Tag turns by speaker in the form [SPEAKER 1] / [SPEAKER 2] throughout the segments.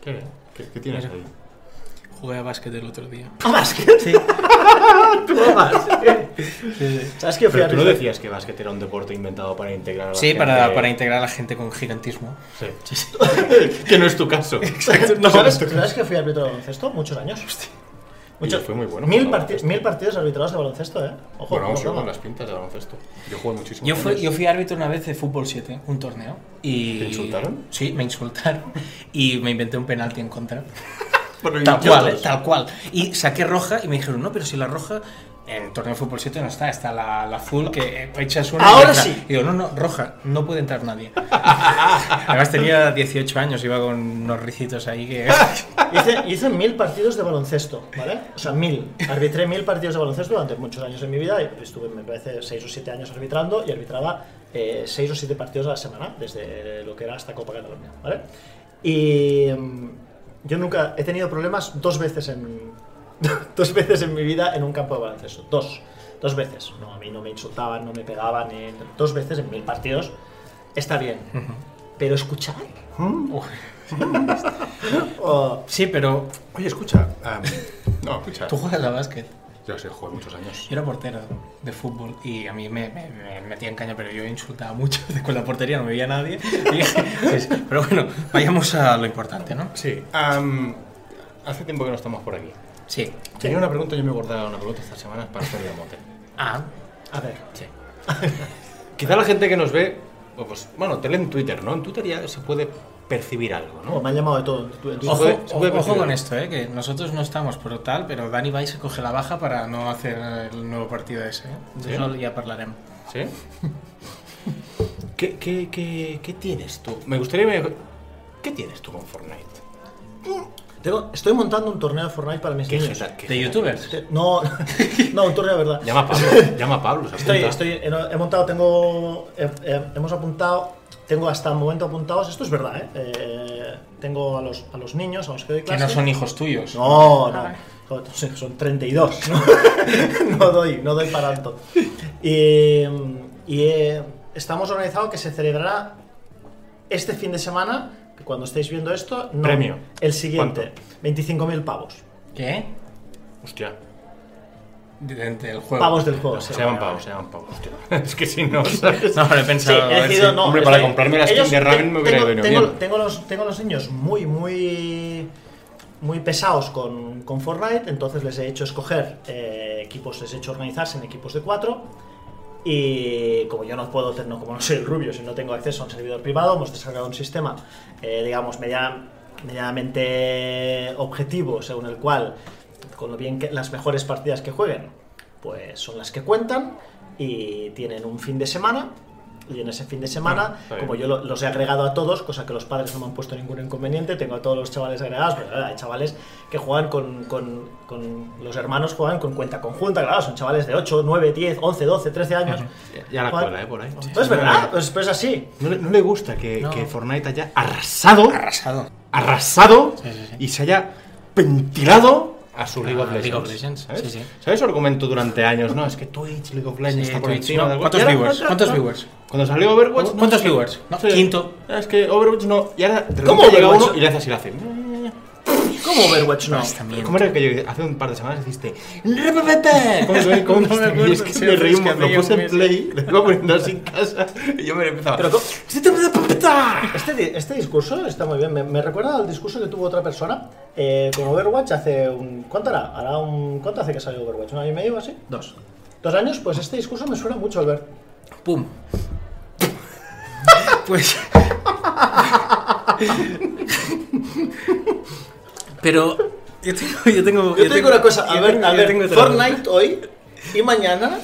[SPEAKER 1] Qué bien. ¿Qué, qué tienes
[SPEAKER 2] Mira.
[SPEAKER 1] ahí?
[SPEAKER 3] Jugué a básquet el otro día.
[SPEAKER 2] ¿A básquet?
[SPEAKER 3] Sí,
[SPEAKER 2] ¿Tú no vas? ¿Sabes que yo fui
[SPEAKER 1] Pero
[SPEAKER 2] a
[SPEAKER 1] tú no
[SPEAKER 2] Rizo-
[SPEAKER 1] decías que básquet era un deporte inventado para integrar a la
[SPEAKER 3] sí
[SPEAKER 1] gente-
[SPEAKER 3] para, para integrar a la gente con gigantismo.
[SPEAKER 1] Sí. que no es tu caso.
[SPEAKER 3] Exacto.
[SPEAKER 2] ¿Tú ¿Sabes, tú sabes que fui árbitro de baloncesto muchos años?
[SPEAKER 1] Y fue muy bueno
[SPEAKER 2] Mil,
[SPEAKER 1] jugando
[SPEAKER 2] parti-
[SPEAKER 1] baloncesto.
[SPEAKER 2] mil partidos arbitrados de baloncesto, ¿eh? Ojo,
[SPEAKER 1] bueno, vamos yo
[SPEAKER 2] ojo.
[SPEAKER 1] con las pintas de baloncesto. Yo jugué muchísimo.
[SPEAKER 3] Yo fui, yo fui árbitro una vez de fútbol 7, un torneo. Y...
[SPEAKER 1] ¿Te insultaron?
[SPEAKER 3] Sí, me insultaron. Y me inventé un penalti en contra.
[SPEAKER 1] Pero
[SPEAKER 3] Tal
[SPEAKER 1] yo-
[SPEAKER 3] cual,
[SPEAKER 1] yo-
[SPEAKER 3] eh, tal cual. Y saqué roja y me dijeron, no, pero si la roja en el torneo de fútbol 7 no está, está la, la azul que eh, echas una. y
[SPEAKER 2] Ahora
[SPEAKER 3] entra".
[SPEAKER 2] sí.
[SPEAKER 3] Y digo, no, no, roja, no puede entrar nadie. Además tenía 18 años, iba con unos ricitos ahí que.
[SPEAKER 2] Hice, hice mil partidos de baloncesto, ¿vale? O sea, mil. Arbitré mil partidos de baloncesto durante muchos años de mi vida. y Estuve, me parece, seis o siete años arbitrando y arbitraba eh, seis o siete partidos a la semana, desde lo que era hasta Copa Cataluña, ¿vale? Y mm, yo nunca he tenido problemas dos veces en dos veces en mi vida en un campo de baloncesto. Dos. Dos veces. No, a mí no me insultaban, no me pegaban. eh, dos veces en mil partidos. Está bien. Pero escuchar. oh,
[SPEAKER 3] Sí, pero
[SPEAKER 1] Oye, escucha. am, no, escucha.
[SPEAKER 3] tú juegas a básquet.
[SPEAKER 1] Yo sí, jugué muchos años.
[SPEAKER 3] Yo era portero de fútbol y a mí me, me, me metían caña, pero yo insultaba mucho con la portería, no me veía nadie. Y dije, pues, pero bueno, vayamos a lo importante, ¿no?
[SPEAKER 1] Sí. am, hace tiempo que no estamos por aquí.
[SPEAKER 3] Sí.
[SPEAKER 1] Tenía una pregunta, yo me guardaba una pregunta estas semanas para hacer el mote.
[SPEAKER 3] Ah,
[SPEAKER 2] a ver.
[SPEAKER 1] Sí. Quizá la gente que nos ve, o pues, bueno, te lee en Twitter, ¿no? En Twitter ya se puede percibir algo,
[SPEAKER 2] No,
[SPEAKER 1] ¿no?
[SPEAKER 2] me han llamado de todo. Tú- tú-
[SPEAKER 1] Se
[SPEAKER 3] Ojo,
[SPEAKER 1] puede- se puede
[SPEAKER 3] ojo
[SPEAKER 1] percibir.
[SPEAKER 3] con esto, eh, que nosotros no estamos por tal, pero Dani Bay se coge la baja para no hacer el nuevo partido ese. ¿eh? De
[SPEAKER 1] Sí.
[SPEAKER 3] eso ya hablaremos.
[SPEAKER 1] ¿Sí? ¿Qué, qué, qué, qué tienes tú? Me gustaría... me- ¿Qué tienes tú con Fortnite?
[SPEAKER 2] Tengo- estoy montando un torneo de Fortnite para mis
[SPEAKER 1] ¿Qué
[SPEAKER 2] niños.
[SPEAKER 1] jeta- qué jeta
[SPEAKER 3] ¿De youtubers?
[SPEAKER 2] Te- No, no, un torneo de verdad.
[SPEAKER 1] tienes? Llama a Pablo, llama a Pablo. se
[SPEAKER 2] Estoy,
[SPEAKER 1] apunta.
[SPEAKER 2] estoy, he, he montado, tengo, he- he- hemos apuntado, tengo hasta el momento apuntados, esto es verdad, ¿eh? Eh, tengo a los, a los niños, a los que doy
[SPEAKER 3] Que
[SPEAKER 2] clase.
[SPEAKER 3] no son hijos tuyos.
[SPEAKER 2] No, no.
[SPEAKER 3] Ah.
[SPEAKER 2] Joder, entonces Son 32. No, No doy, no doy para tanto. Y, y, eh, estamos organizados que se celebrará este fin de semana, que cuando estéis viendo esto, no,
[SPEAKER 1] Premio.
[SPEAKER 2] El siguiente, 25.000 pavos.
[SPEAKER 3] ¿Qué?
[SPEAKER 1] Hostia.
[SPEAKER 3] De- de- del juego.
[SPEAKER 2] Pavos del juego.
[SPEAKER 1] Se llaman pavos, se llaman pavos, hostia. Es que si no, ¿sabes?
[SPEAKER 3] No, lo he
[SPEAKER 2] Sí,
[SPEAKER 3] pensado. a
[SPEAKER 2] he
[SPEAKER 3] ver
[SPEAKER 2] decidido
[SPEAKER 3] si-
[SPEAKER 2] no.
[SPEAKER 1] Hombre,
[SPEAKER 2] es
[SPEAKER 1] para
[SPEAKER 2] que
[SPEAKER 1] comprarme la skin
[SPEAKER 2] ellos
[SPEAKER 1] de Raven
[SPEAKER 2] te-
[SPEAKER 1] me hubiera
[SPEAKER 2] tengo-
[SPEAKER 1] venido
[SPEAKER 2] tengo,
[SPEAKER 1] bien.
[SPEAKER 2] Tengo los, tengo los niños muy, muy. Muy pesados con, con Fortnite, entonces les he hecho escoger eh, equipos, les he hecho organizarse en equipos de cuatro. Y como yo no puedo, tener- no, como no soy el rubio, si no tengo acceso a un servidor privado, hemos descargado un sistema, eh, digamos, media- medianamente objetivo, según el cual, con lo bien que las mejores partidas que jueguen, pues son las que cuentan y tienen un fin de semana. Y en ese fin de
[SPEAKER 1] Ah,
[SPEAKER 2] semana,
[SPEAKER 1] está bien.
[SPEAKER 2] como yo lo- los he agregado a todos, cosa que los padres no me han puesto ningún inconveniente, tengo a todos los chavales agregados, pero claro, hay chavales que juegan con, con- con- Los hermanos juegan con cuenta conjunta, claro, son chavales de 8, 9, 10, 11, 12, 13 años.
[SPEAKER 1] Ya la
[SPEAKER 2] Juan-
[SPEAKER 1] cuela, ¿eh? Por ahí.
[SPEAKER 2] Pues es verdad, pues, pues así.
[SPEAKER 1] No le, no le gusta que,
[SPEAKER 3] No.
[SPEAKER 1] que Fortnite haya arrasado,
[SPEAKER 3] Arrasado.
[SPEAKER 1] arrasado
[SPEAKER 3] Sí, sí, sí.
[SPEAKER 1] y se haya ventilado a su League of
[SPEAKER 3] Ah,
[SPEAKER 1] Legends.
[SPEAKER 3] League of Legends,
[SPEAKER 1] ¿Sabes?
[SPEAKER 3] sí, sí.
[SPEAKER 1] ¿Sabes su argumento durante años? No, es que Twitch, League of Legends
[SPEAKER 3] Sí,
[SPEAKER 1] está por
[SPEAKER 3] Twitch,
[SPEAKER 1] encima
[SPEAKER 3] no.
[SPEAKER 1] de algo.
[SPEAKER 3] ¿Cuántos
[SPEAKER 1] Y ahora-
[SPEAKER 3] viewers? ¿Cuántos viewers?
[SPEAKER 1] Cuando salió Overwatch. no,
[SPEAKER 3] ¿Cuántos
[SPEAKER 1] es que-
[SPEAKER 3] viewers? No, quinto.
[SPEAKER 1] Es que Overwatch no. Y ahora de
[SPEAKER 2] ¿Cómo
[SPEAKER 1] repente llega
[SPEAKER 2] Overwatch?
[SPEAKER 1] uno y le hace así, le hace. "Mm,
[SPEAKER 2] ¿Cómo Overwatch no?
[SPEAKER 3] Esta mierda.
[SPEAKER 1] ¿Cómo era que yo hace un par de semanas hiciste "Repepete"? ¿Cómo se ¿Cómo
[SPEAKER 3] No me
[SPEAKER 1] se-
[SPEAKER 3] acuerdo,
[SPEAKER 1] Y es que
[SPEAKER 3] sí,
[SPEAKER 1] me
[SPEAKER 3] es
[SPEAKER 1] reí un
[SPEAKER 3] que
[SPEAKER 1] montón.
[SPEAKER 3] hace
[SPEAKER 1] Lo
[SPEAKER 3] ya
[SPEAKER 1] puse
[SPEAKER 3] un
[SPEAKER 1] en
[SPEAKER 3] mes.
[SPEAKER 1] play, lo iba poniendo así en casa y yo me empezaba.
[SPEAKER 2] Pero ¿cómo-
[SPEAKER 1] "Sí, te voy a petar".
[SPEAKER 2] Este, di- este discurso está muy bien. Me, me recuerda al discurso que tuvo otra persona eh, con Overwatch hace un. ¿Cuánto era? Hará un. ¿Cuánto hace que salió Overwatch? ¿Un año y medio o así?
[SPEAKER 3] Dos.
[SPEAKER 2] ¿Dos años? Pues este discurso me suena mucho al ver.
[SPEAKER 3] Pum. pues. Pero. Yo tengo. Yo tengo,
[SPEAKER 2] Yo te digo una cosa, a
[SPEAKER 3] yo
[SPEAKER 2] ver,
[SPEAKER 3] tengo-
[SPEAKER 2] a
[SPEAKER 3] yo tengo
[SPEAKER 2] ver,
[SPEAKER 3] otra-
[SPEAKER 2] Fortnite hoy y mañana,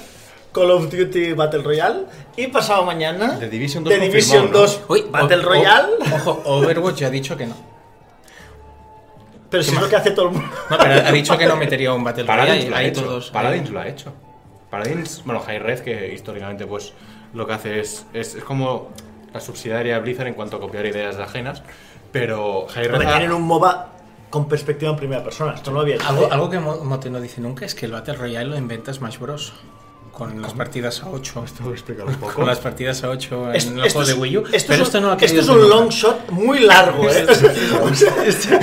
[SPEAKER 2] Call of Duty Battle Royale y pasado mañana,
[SPEAKER 1] The Division 2
[SPEAKER 2] The Division
[SPEAKER 1] confirmado, ¿no?
[SPEAKER 2] 2
[SPEAKER 3] Uy,
[SPEAKER 2] Battle
[SPEAKER 3] o- o-
[SPEAKER 2] Royale.
[SPEAKER 3] Ojo, Overwatch ya ha dicho que no.
[SPEAKER 2] Pero si es lo que hace todo el mundo.
[SPEAKER 3] No, pero ha dicho que no metería un Battle
[SPEAKER 1] Paladins
[SPEAKER 3] Royale.
[SPEAKER 1] lo ha
[SPEAKER 3] Ahí
[SPEAKER 1] hecho.
[SPEAKER 3] todos.
[SPEAKER 1] Paladins lo ha hecho. Paladins, bueno, High Red, que históricamente pues lo que hace es, es, es como la subsidiaria de Blizzard en cuanto a copiar ideas ajenas, pero High Red...
[SPEAKER 2] Hombre,
[SPEAKER 1] ha-
[SPEAKER 2] tienen un MOBA con perspectiva en primera persona, esto no lo había hecho.
[SPEAKER 3] Algo,
[SPEAKER 2] nadie.
[SPEAKER 3] algo que Mo- Mote no dice nunca es que el Battle Royale lo inventa Smash Bros. con las partidas a 8.
[SPEAKER 1] Tengo que explicar un poco.
[SPEAKER 3] Con las partidas a 8 en
[SPEAKER 2] Es-
[SPEAKER 3] los juegos de
[SPEAKER 2] es-
[SPEAKER 3] Wii U.
[SPEAKER 2] esto
[SPEAKER 3] pero
[SPEAKER 2] es,
[SPEAKER 3] esto no ha
[SPEAKER 2] esto
[SPEAKER 3] querido
[SPEAKER 2] es un
[SPEAKER 3] nunca.
[SPEAKER 2] long shot muy largo, ¿eh? O sea,
[SPEAKER 3] Esto,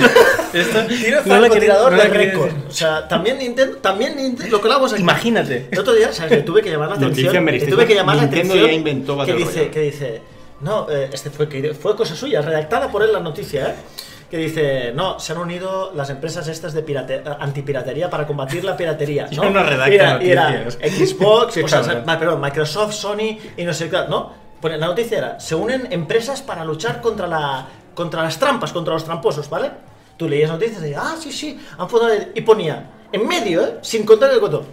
[SPEAKER 3] esto
[SPEAKER 2] Tiene
[SPEAKER 3] no lo ha querido-
[SPEAKER 2] francotirador
[SPEAKER 3] no lo ha
[SPEAKER 2] de
[SPEAKER 3] querido
[SPEAKER 2] récord.
[SPEAKER 3] decir.
[SPEAKER 2] O sea, también Nintendo, también Nintendo, lo que hablamos aquí.
[SPEAKER 3] Imagínate.
[SPEAKER 2] El otro día, ¿sabes? Le tuve que llamar la
[SPEAKER 1] Noticia
[SPEAKER 2] atención. Le
[SPEAKER 1] meristica.
[SPEAKER 2] tuve que llamar la
[SPEAKER 1] Nintendo
[SPEAKER 2] atención.
[SPEAKER 1] ya inventó
[SPEAKER 2] que
[SPEAKER 1] Battle
[SPEAKER 2] dice,
[SPEAKER 1] Royale.
[SPEAKER 2] que dice, no, eh, este fue, que fue cosa suya, redactada por él la noticia, ¿eh? Que dice, no, se han unido las empresas estas de pirate- eh, antipiratería para combatir la piratería.
[SPEAKER 3] Ya no redacta
[SPEAKER 2] Y era- y era
[SPEAKER 3] noticias.
[SPEAKER 2] Xbox,
[SPEAKER 3] Qué
[SPEAKER 2] o sea,
[SPEAKER 3] cabrón.
[SPEAKER 2] ma- Ah, perdón, Microsoft, Sony y no sé qué, ¿no? Pone- La noticia era, se unen empresas para luchar contra, la, contra las trampas, contra los tramposos, ¿vale? Tú leías noticias y, ah, sí, sí, han fundado... el-". Y ponía, en medio, ¿eh? Sin contar el coto,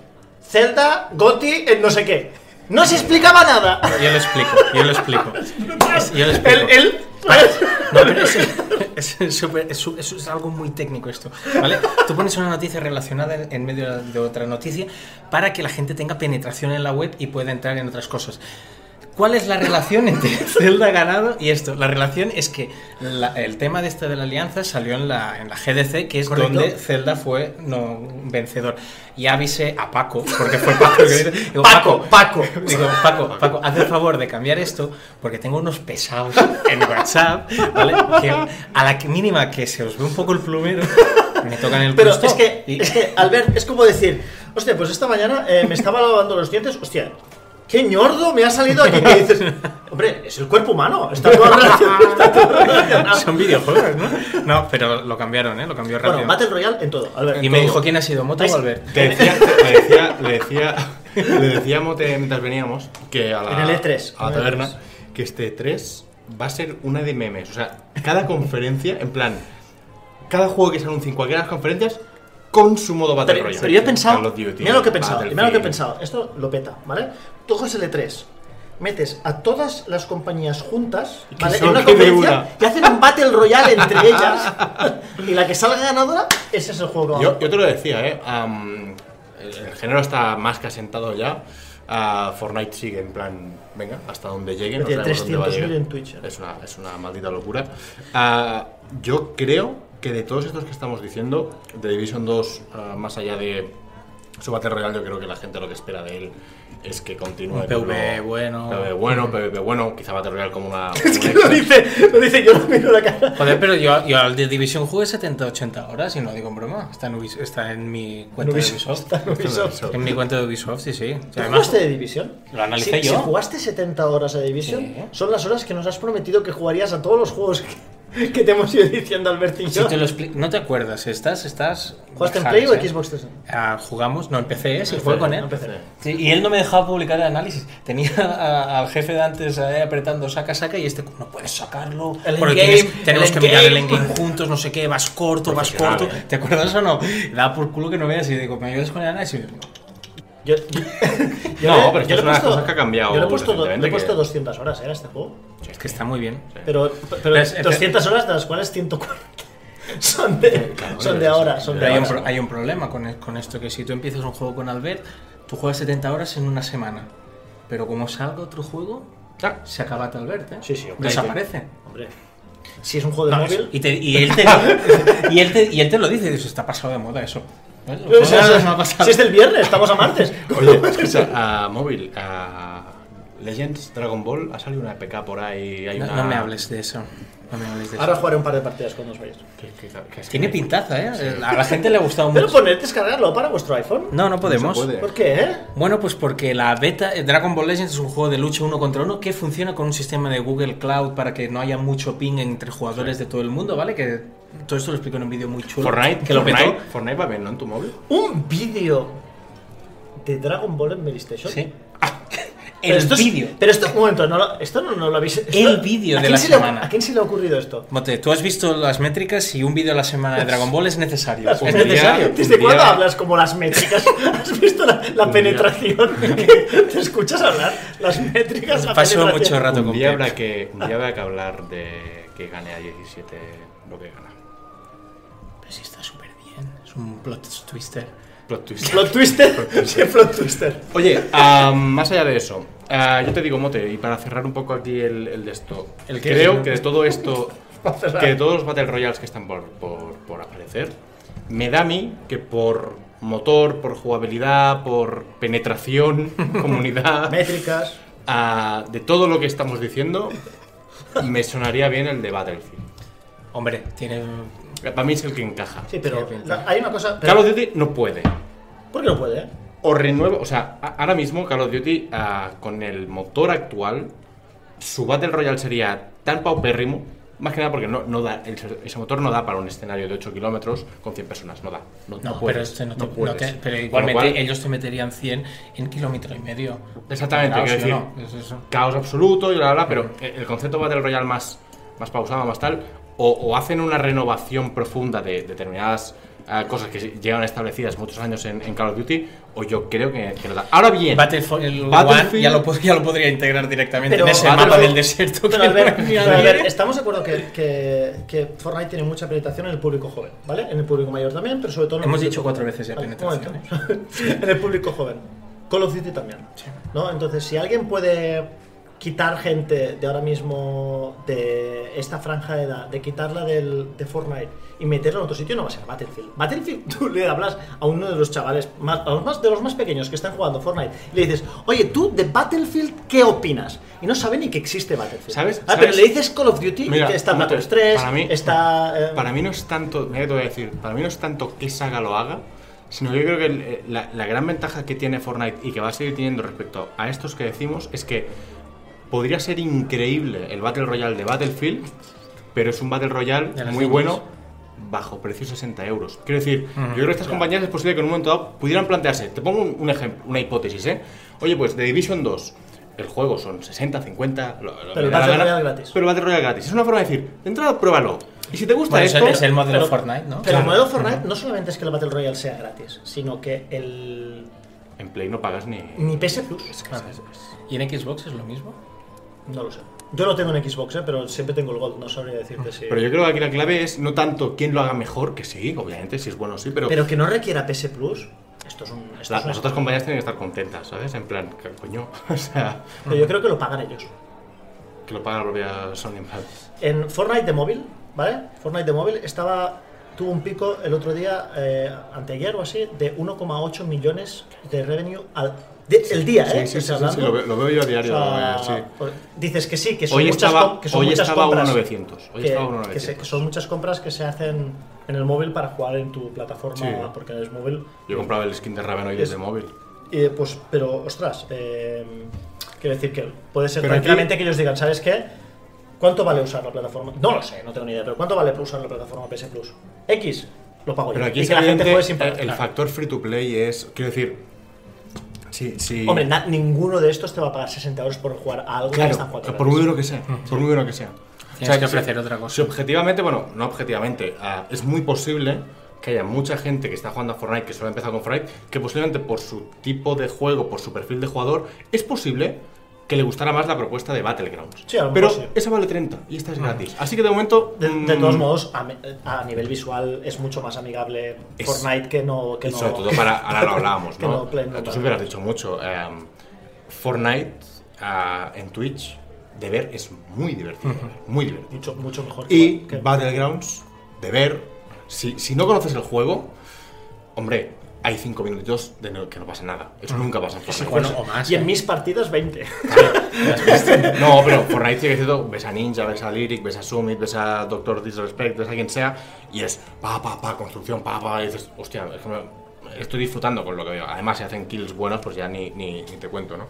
[SPEAKER 2] Zelda, Gotti, eh, no sé qué. No se explicaba nada.
[SPEAKER 3] Yo lo explico, yo lo explico. Es- Yo lo explico.
[SPEAKER 2] El, el,
[SPEAKER 3] No, pero es, es súper- es su- es- es algo muy técnico esto, ¿vale? Tú pones una noticia relacionada en- en medio de otra noticia para que la gente tenga penetración en la web y pueda entrar en otras cosas. ¿Cuál es la relación entre Zelda ganado y esto? La relación es que la- el tema de este de la alianza salió en la, en la GDC, que es
[SPEAKER 2] Correcto.
[SPEAKER 3] donde Zelda fue no, vencedor. Y avisé a Paco, porque fue Paco el que dice- digo,
[SPEAKER 2] Paco, Paco.
[SPEAKER 3] Digo, Paco, Paco, haz el favor de cambiar esto porque tengo unos pesados en WhatsApp, ¿vale? Que a la que- mínima que se os ve un poco el plumero, me tocan el
[SPEAKER 2] Pero
[SPEAKER 3] gusto
[SPEAKER 2] es que,
[SPEAKER 3] y-
[SPEAKER 2] es que, Albert, es como decir, hostia, pues esta mañana eh, me estaba lavando los dientes, hostia, qué ñordo me ha salido aquí. Que dices, hombre, es el cuerpo humano, está todo relacionado. está todo relacionado.
[SPEAKER 3] son videojuegos, ¿no? No, pero lo cambiaron, ¿eh? Lo cambió rápido.
[SPEAKER 2] Bueno, Battle Royale en todo, Albert.
[SPEAKER 3] y
[SPEAKER 2] en
[SPEAKER 3] me
[SPEAKER 2] todo.
[SPEAKER 3] dijo quién ha sido, Moto
[SPEAKER 2] Ahí-
[SPEAKER 3] o Albert.
[SPEAKER 1] Te decía, te- le decía, le decía, le decía a Mote mientras veníamos que a la,
[SPEAKER 2] En el E3,
[SPEAKER 1] a la
[SPEAKER 2] en el
[SPEAKER 1] taberna,
[SPEAKER 2] E3.
[SPEAKER 1] que este 3 va a ser una de memes. O sea, cada conferencia, en plan, cada juego que se anuncie en cualquiera de las conferencias, con su modo Battle
[SPEAKER 2] Pero,
[SPEAKER 1] Royale.
[SPEAKER 2] pero yo he
[SPEAKER 1] Call
[SPEAKER 2] pensado,
[SPEAKER 1] of Duty,
[SPEAKER 2] mira lo que he pensado, mira lo que he
[SPEAKER 1] Battlefield.
[SPEAKER 2] pensado, esto lo peta, ¿vale? Tú coges el E3, metes a todas las compañías juntas,
[SPEAKER 1] Y que
[SPEAKER 2] ¿vale? En
[SPEAKER 1] solo
[SPEAKER 2] una
[SPEAKER 1] quede
[SPEAKER 2] conferencia
[SPEAKER 1] una.
[SPEAKER 2] y hacen un Battle Royale entre ellas y la que salga ganadora, ese es el juego que va a
[SPEAKER 1] Yo, yo te lo decía, ¿eh? am, el, el género está más que asentado ya. Ah, Fortnite sigue en plan, venga, hasta donde llegue. no
[SPEAKER 2] Tiene
[SPEAKER 1] sabemos dónde va a
[SPEAKER 2] 300.000
[SPEAKER 1] llegar.
[SPEAKER 2] en Twitch, ¿eh?
[SPEAKER 1] Es una, es una maldita locura. Ah, yo creo que de todos estos que estamos diciendo, de Division 2, ah, más allá de su Battle Royale, yo creo que la gente lo que espera de él es que continúe.
[SPEAKER 3] Un
[SPEAKER 1] con
[SPEAKER 3] PvE
[SPEAKER 1] lo-
[SPEAKER 3] bueno.
[SPEAKER 1] PvE bueno, PvP bueno, quizá Battle Royale como una.
[SPEAKER 2] Es que lo dice, lo dice, yo lo miro la cara.
[SPEAKER 3] Joder, pero yo, yo al de Division jugué 70-80 horas y no digo en broma. Está en, Ubis- está en mi cuenta de
[SPEAKER 2] Ubisoft,
[SPEAKER 3] Ubisoft.
[SPEAKER 2] está en Ubisoft.
[SPEAKER 1] Ubisoft.
[SPEAKER 3] En mi cuenta de Ubisoft, sí, sí.
[SPEAKER 2] ¿Tú
[SPEAKER 3] Además,
[SPEAKER 2] jugaste de Division?
[SPEAKER 3] lo analicé
[SPEAKER 2] si,
[SPEAKER 3] yo.
[SPEAKER 2] Si jugaste 70 horas a Division,
[SPEAKER 3] Sí.
[SPEAKER 2] son las horas que nos has prometido que jugarías a todos los juegos que, que te hemos ido diciendo, Alberto y
[SPEAKER 3] Si
[SPEAKER 2] yo.
[SPEAKER 3] te lo expli- no te acuerdas, estás, estás.
[SPEAKER 2] ¿Jugaste en
[SPEAKER 3] Jalas,
[SPEAKER 2] Play o
[SPEAKER 3] ¿eh?
[SPEAKER 2] Xbox 360?
[SPEAKER 3] Ah, jugamos, no, empecé, ¿eh? sí,
[SPEAKER 2] No,
[SPEAKER 3] jugué con
[SPEAKER 2] no,
[SPEAKER 3] él.
[SPEAKER 2] empecé.
[SPEAKER 3] Sí, y él no me dejaba publicar el análisis. Tenía a- al jefe de antes ahí apretando saca, saca y este, no puedes sacarlo.
[SPEAKER 2] El
[SPEAKER 3] porque
[SPEAKER 2] endgame,
[SPEAKER 3] tienes- tenemos
[SPEAKER 2] el
[SPEAKER 3] que mirar el
[SPEAKER 2] endgame".
[SPEAKER 3] endgame juntos, no sé qué, vas corto, vas
[SPEAKER 1] Profesional,
[SPEAKER 3] corto.
[SPEAKER 1] ¿eh?
[SPEAKER 3] ¿Te acuerdas o no? Da por culo que no veas y digo, ¿me ayudas con el análisis?
[SPEAKER 2] Yo, yo- yo
[SPEAKER 1] No,
[SPEAKER 2] le-
[SPEAKER 1] pero esto
[SPEAKER 2] yo le
[SPEAKER 1] es
[SPEAKER 2] he
[SPEAKER 1] una
[SPEAKER 2] puesto-
[SPEAKER 1] cosa que ha cambiado
[SPEAKER 2] Yo le he puesto, do- le
[SPEAKER 1] recientemente,
[SPEAKER 2] he puesto
[SPEAKER 1] que- Eh.
[SPEAKER 2] 200 horas ¿eh? a este juego.
[SPEAKER 3] Es que está muy bien.
[SPEAKER 2] Pero, pero
[SPEAKER 1] Pues,
[SPEAKER 3] es- es-
[SPEAKER 2] 200 horas, de las cuales 140 son de, son de ahora. Son de
[SPEAKER 3] Pero hay un,
[SPEAKER 2] ahora.
[SPEAKER 3] pro- hay un problema con, e- con esto, que si tú empiezas un juego con Albert, tú juegas 70 horas en una semana. Pero como salga otro juego,
[SPEAKER 1] Ah,
[SPEAKER 3] se acaba tu Albert, ¿eh?
[SPEAKER 2] Sí, sí, Ah, hombre.
[SPEAKER 3] Desaparece.
[SPEAKER 2] Hombre, si es un juego de móvil.
[SPEAKER 3] Y, te- y él te, y, él te, y él te lo dice, dices, está pasado de moda eso. ¿Eh? Los
[SPEAKER 2] O sea,
[SPEAKER 3] juegos
[SPEAKER 2] o sea,
[SPEAKER 3] no ha pasado.
[SPEAKER 2] si pues es del viernes, estamos a martes.
[SPEAKER 1] Oye, escucha, a móvil, a Legends, Dragon Ball, ha salido una PK por ahí. Hay
[SPEAKER 3] no,
[SPEAKER 1] una...
[SPEAKER 3] no me hables de eso. No me hables de eso.
[SPEAKER 2] Ahora jugaré un par de partidas cuando os vayáis.
[SPEAKER 1] Que- que- que- que-
[SPEAKER 3] Tiene pintaza, ¿eh? A la gente le ha gustado
[SPEAKER 2] Pero
[SPEAKER 3] mucho.
[SPEAKER 2] poned descargarlo para vuestro iPhone.
[SPEAKER 3] No, no podemos.
[SPEAKER 1] puede.
[SPEAKER 2] ¿Por qué, eh?
[SPEAKER 3] Bueno, pues porque la beta eh, Dragon Ball Legends es un juego de lucha uno contra uno que funciona con un sistema de Google Cloud para que no haya mucho ping entre jugadores de todo el mundo, ¿vale? Que todo esto lo explico en un vídeo muy chulo.
[SPEAKER 1] Fortnite,
[SPEAKER 3] que lo
[SPEAKER 1] Fortnite,
[SPEAKER 3] petó.
[SPEAKER 1] Fortnite va bien, ¿no? En tu móvil.
[SPEAKER 2] Un vídeo de Dragon Ball en Medistation.
[SPEAKER 3] Sí.
[SPEAKER 1] Ah.
[SPEAKER 2] Pero
[SPEAKER 3] El
[SPEAKER 2] esto es-
[SPEAKER 3] vídeo.
[SPEAKER 2] Pero esto, un momento, no lo- esto no, no lo habéis. esto-
[SPEAKER 3] El vídeo
[SPEAKER 2] ¿a
[SPEAKER 3] de
[SPEAKER 2] quién
[SPEAKER 3] la
[SPEAKER 2] se le ha-
[SPEAKER 3] semana.
[SPEAKER 2] ¿A quién se le ha ocurrido esto?
[SPEAKER 3] Mote, tú has visto las métricas y un vídeo a la semana de Dragon Ball es necesario.
[SPEAKER 2] Las
[SPEAKER 3] Es
[SPEAKER 1] día-
[SPEAKER 3] necesario.
[SPEAKER 1] un
[SPEAKER 2] ¿Desde
[SPEAKER 1] día-
[SPEAKER 2] cuándo hablas como las métricas? ¿Has visto la, la
[SPEAKER 1] Un día.
[SPEAKER 2] penetración? que ¿Te escuchas hablar? Las métricas. la
[SPEAKER 3] Paso
[SPEAKER 2] penetración.
[SPEAKER 3] mucho rato
[SPEAKER 1] un,
[SPEAKER 3] con
[SPEAKER 1] día
[SPEAKER 3] Pep.
[SPEAKER 1] habrá que, un día habrá que hablar de que gane a 17 lo que gana.
[SPEAKER 3] Pero sí está súper bien. Es un plot twister.
[SPEAKER 1] Plot twist.
[SPEAKER 2] Plot twister. Sí, plot twister.
[SPEAKER 1] Oye, ah, más allá de eso, ah, yo te digo, Mote, y para cerrar un poco aquí el, el de esto,
[SPEAKER 3] El que-
[SPEAKER 1] creo que de todo esto,
[SPEAKER 2] Para cerrar.
[SPEAKER 1] que de todos los Battle Royales que están por, por, por aparecer, me da a mí que por motor, por jugabilidad, por penetración, comunidad,
[SPEAKER 2] Métricas.
[SPEAKER 1] ah, de todo lo que estamos diciendo, me sonaría bien el de Battlefield.
[SPEAKER 3] Hombre, tiene.
[SPEAKER 1] Para mí es el que encaja.
[SPEAKER 2] Sí, pero
[SPEAKER 3] Sí,
[SPEAKER 2] la- hay una
[SPEAKER 1] Call
[SPEAKER 2] cosa. Pero,
[SPEAKER 1] of Duty no puede.
[SPEAKER 2] ¿Por qué no puede? eh?
[SPEAKER 1] O renueva, o sea, a- ahora mismo Call of Duty ah, con el motor actual, su Battle Royale sería tan paupérrimo, más que nada porque no, no da, el- ese motor no da para un escenario de 8 kilómetros con 100 personas, no da. No,
[SPEAKER 3] No,
[SPEAKER 1] puedes,
[SPEAKER 3] pero, este no te, no
[SPEAKER 1] puedes.
[SPEAKER 3] te- pero
[SPEAKER 1] Con lo
[SPEAKER 3] igualmente
[SPEAKER 1] cual,
[SPEAKER 3] ellos te meterían 100 en kilómetro y medio.
[SPEAKER 1] Exactamente,
[SPEAKER 3] Claro,
[SPEAKER 1] quiero
[SPEAKER 3] ¿sí o
[SPEAKER 1] decir,
[SPEAKER 3] no? Es eso.
[SPEAKER 1] caos absoluto y bla, bla, bla, pero el concepto Battle Royale más, más pausado, más tal, o, o hacen una renovación profunda de determinadas ah, cosas que llevan establecidas muchos años en, en Call of Duty, o yo creo que, que no da. Ahora bien,
[SPEAKER 3] Battlefield,
[SPEAKER 1] Battlefield-
[SPEAKER 3] One ya lo, pod- ya lo podría integrar directamente
[SPEAKER 2] Pero-
[SPEAKER 3] en ese
[SPEAKER 1] Battlefield-
[SPEAKER 3] mapa del desierto.
[SPEAKER 2] Pero
[SPEAKER 3] que
[SPEAKER 2] al ver,
[SPEAKER 3] no había
[SPEAKER 2] pero al ver,
[SPEAKER 3] nadie.
[SPEAKER 2] estamos de acuerdo que, que, que Fortnite tiene mucha penetración en el público joven, ¿vale? En el público mayor también, pero sobre todo en el
[SPEAKER 3] Hemos
[SPEAKER 2] público-
[SPEAKER 3] dicho cuatro veces ya
[SPEAKER 2] Ah,
[SPEAKER 3] penetración. ¿eh?
[SPEAKER 2] un momento. en el público joven. Call of Duty también. ¿no? Entonces, si alguien puede quitar gente de ahora mismo de esta franja de edad, de quitarla del, de Fortnite y meterla en otro sitio, no va a ser Battlefield. Battlefield, tú le hablas a uno de los chavales, más, a los más, de los más pequeños que están jugando Fortnite, y le dices, oye, tú de Battlefield, ¿qué opinas? Y no sabe ni que existe Battlefield.
[SPEAKER 1] ¿Sabes?
[SPEAKER 2] Ah,
[SPEAKER 1] ¿Sabes?
[SPEAKER 2] pero le dices Call of Duty,
[SPEAKER 1] Mira,
[SPEAKER 2] que está
[SPEAKER 1] no te-
[SPEAKER 2] Black Ops 3,
[SPEAKER 1] para mí-
[SPEAKER 2] está... eh,
[SPEAKER 1] Para mí no es tanto, mira que te voy a decir, para mí no es tanto que Saga lo haga, sino que yo creo que el- eh, la, la gran ventaja que tiene Fortnite y que va a seguir teniendo respecto a estos que decimos es que podría ser increíble el Battle Royale de Battlefield, pero es un Battle Royale
[SPEAKER 3] De las
[SPEAKER 1] muy
[SPEAKER 3] niñas.
[SPEAKER 1] bueno bajo precio 60 euros. Quiero decir, yo creo que estas
[SPEAKER 2] claro.
[SPEAKER 1] compañías es posible que en un momento dado pudieran plantearse, te pongo un, un ejemplo, una hipótesis, ¿eh? Oye, pues The Division 2, el juego son 60, 50, lo- lo-
[SPEAKER 2] Pero el
[SPEAKER 1] me da la
[SPEAKER 2] Battle
[SPEAKER 1] gana,
[SPEAKER 2] Royale gratis.
[SPEAKER 1] pero el Battle Royale gratis. Es una forma de decir, de entrada pruébalo. Y si te gusta
[SPEAKER 3] Bueno, es,
[SPEAKER 1] esto,
[SPEAKER 3] el- es el modelo
[SPEAKER 2] Pero-
[SPEAKER 3] Fortnite, ¿no?
[SPEAKER 2] Pero el
[SPEAKER 3] Claro.
[SPEAKER 2] modelo Fortnite no solamente es que el Battle Royale sea gratis, sino que el.
[SPEAKER 1] en Play no pagas ni.
[SPEAKER 2] Ni PS Plus.
[SPEAKER 3] Claro. ¿Y en Xbox es lo mismo?
[SPEAKER 2] No lo sé. Yo lo tengo en Xbox, ¿eh? pero siempre tengo el Gold, no sabría decirte si.
[SPEAKER 1] Pero yo creo que aquí la clave es no tanto quién lo haga mejor, que sí, obviamente, si es bueno sí, pero,
[SPEAKER 2] Pero que no requiera PS Plus. Esto es un. Esto
[SPEAKER 1] la-
[SPEAKER 2] es un-
[SPEAKER 1] las otras compañías tienen que estar contentas, ¿sabes? En plan, que, coño, o sea,
[SPEAKER 2] Pero yo creo que lo pagan ellos.
[SPEAKER 1] que lo paga la propia Sony en plan.
[SPEAKER 2] En Fortnite de móvil, ¿vale? Fortnite de móvil estaba. Tuvo un pico el otro día, eh, anteayer o así, de 1,8 millones de revenue al. de- el día, ¿eh?
[SPEAKER 1] sí, sí,
[SPEAKER 2] Estoy
[SPEAKER 1] sí, sí,
[SPEAKER 2] hablando.
[SPEAKER 1] lo, veo, lo veo yo a
[SPEAKER 2] O
[SPEAKER 1] diario.
[SPEAKER 2] sea,
[SPEAKER 1] eh, sí.
[SPEAKER 2] pues, dices que sí, que son
[SPEAKER 1] Hoy
[SPEAKER 2] muchas
[SPEAKER 1] estaba,
[SPEAKER 2] com- que son
[SPEAKER 1] hoy
[SPEAKER 2] muchas
[SPEAKER 1] estaba
[SPEAKER 2] compras.
[SPEAKER 1] 1900. Hoy
[SPEAKER 2] que,
[SPEAKER 1] estaba
[SPEAKER 2] que se- que
[SPEAKER 1] 1900.
[SPEAKER 2] son muchas compras que se hacen en el móvil para jugar en tu plataforma,
[SPEAKER 1] Sí.
[SPEAKER 2] porque eres móvil.
[SPEAKER 1] Yo compraba el skin de Raven hoy
[SPEAKER 2] Es-
[SPEAKER 1] desde móvil.
[SPEAKER 2] Eh, pues, pero, ostras, eh, quiero decir que puede ser
[SPEAKER 1] Pero
[SPEAKER 2] tranquilamente
[SPEAKER 1] aquí-
[SPEAKER 2] que ellos digan, ¿sabes qué? ¿Cuánto vale usar la plataforma? No lo sé, no tengo ni idea, pero ¿cuánto vale usar la plataforma PS Plus? X, lo pago
[SPEAKER 1] Pero
[SPEAKER 2] yo.
[SPEAKER 1] aquí
[SPEAKER 2] y
[SPEAKER 1] es
[SPEAKER 2] que la gente
[SPEAKER 1] evidente,
[SPEAKER 2] juegue sin
[SPEAKER 1] el,
[SPEAKER 2] pagar.
[SPEAKER 1] el factor free to play es. Quiero decir. Sí, sí.
[SPEAKER 2] Hombre, na- ninguno de estos te va a pagar 60 euros por jugar a algo que
[SPEAKER 1] Claro, eh,
[SPEAKER 2] está jugando.
[SPEAKER 1] por muy bueno que sea, por muy bueno que sea.
[SPEAKER 3] Tienes que ofrecer otra cosa.
[SPEAKER 1] Si objetivamente, bueno, no objetivamente, ah, es muy posible que haya mucha gente que está jugando a Fortnite, que solo ha empezado con Fortnite, que posiblemente por su tipo de juego, por su perfil de jugador, es posible que le gustara más la propuesta de Battlegrounds.
[SPEAKER 2] Sí, a lo
[SPEAKER 1] Pero
[SPEAKER 2] mejor sí.
[SPEAKER 1] esa vale 30 y esta es gratis. Así que de momento...
[SPEAKER 2] De, de
[SPEAKER 1] mm,
[SPEAKER 2] todos modos, a, me- a nivel visual es mucho más amigable
[SPEAKER 1] Es-
[SPEAKER 2] Fortnite que no. Que
[SPEAKER 1] y
[SPEAKER 2] no
[SPEAKER 1] sobre todo para, ahora lo hablábamos,
[SPEAKER 2] que
[SPEAKER 1] ¿no?
[SPEAKER 2] no Play, no
[SPEAKER 1] Tú
[SPEAKER 2] tal.
[SPEAKER 1] siempre has dicho mucho. eh, Fortnite ah, en Twitch de ver es muy divertido, de ver, muy divertido.
[SPEAKER 2] mucho, mucho mejor
[SPEAKER 1] Y
[SPEAKER 2] que-
[SPEAKER 1] Battlegrounds, de ver, si, si no conoces el juego, hombre, hay 5 minutitos de no- que no pasa nada. Eso nunca pasa en Fortnite.
[SPEAKER 3] Bueno, o más.
[SPEAKER 2] Y en
[SPEAKER 3] ¿eh?
[SPEAKER 2] mis partidas 20.
[SPEAKER 1] No, pero Fortnite sí que es cierto, ves a Ninja, ves a Lyric, ves a Summit, ves a Doctor Disrespect, ves a quien sea, y es pa, pa, pa, construcción, pa, pa, y dices, hostia, es que me- estoy disfrutando con lo que veo. Además, si hacen kills buenos, pues ya ni, ni- ni te cuento, ¿no?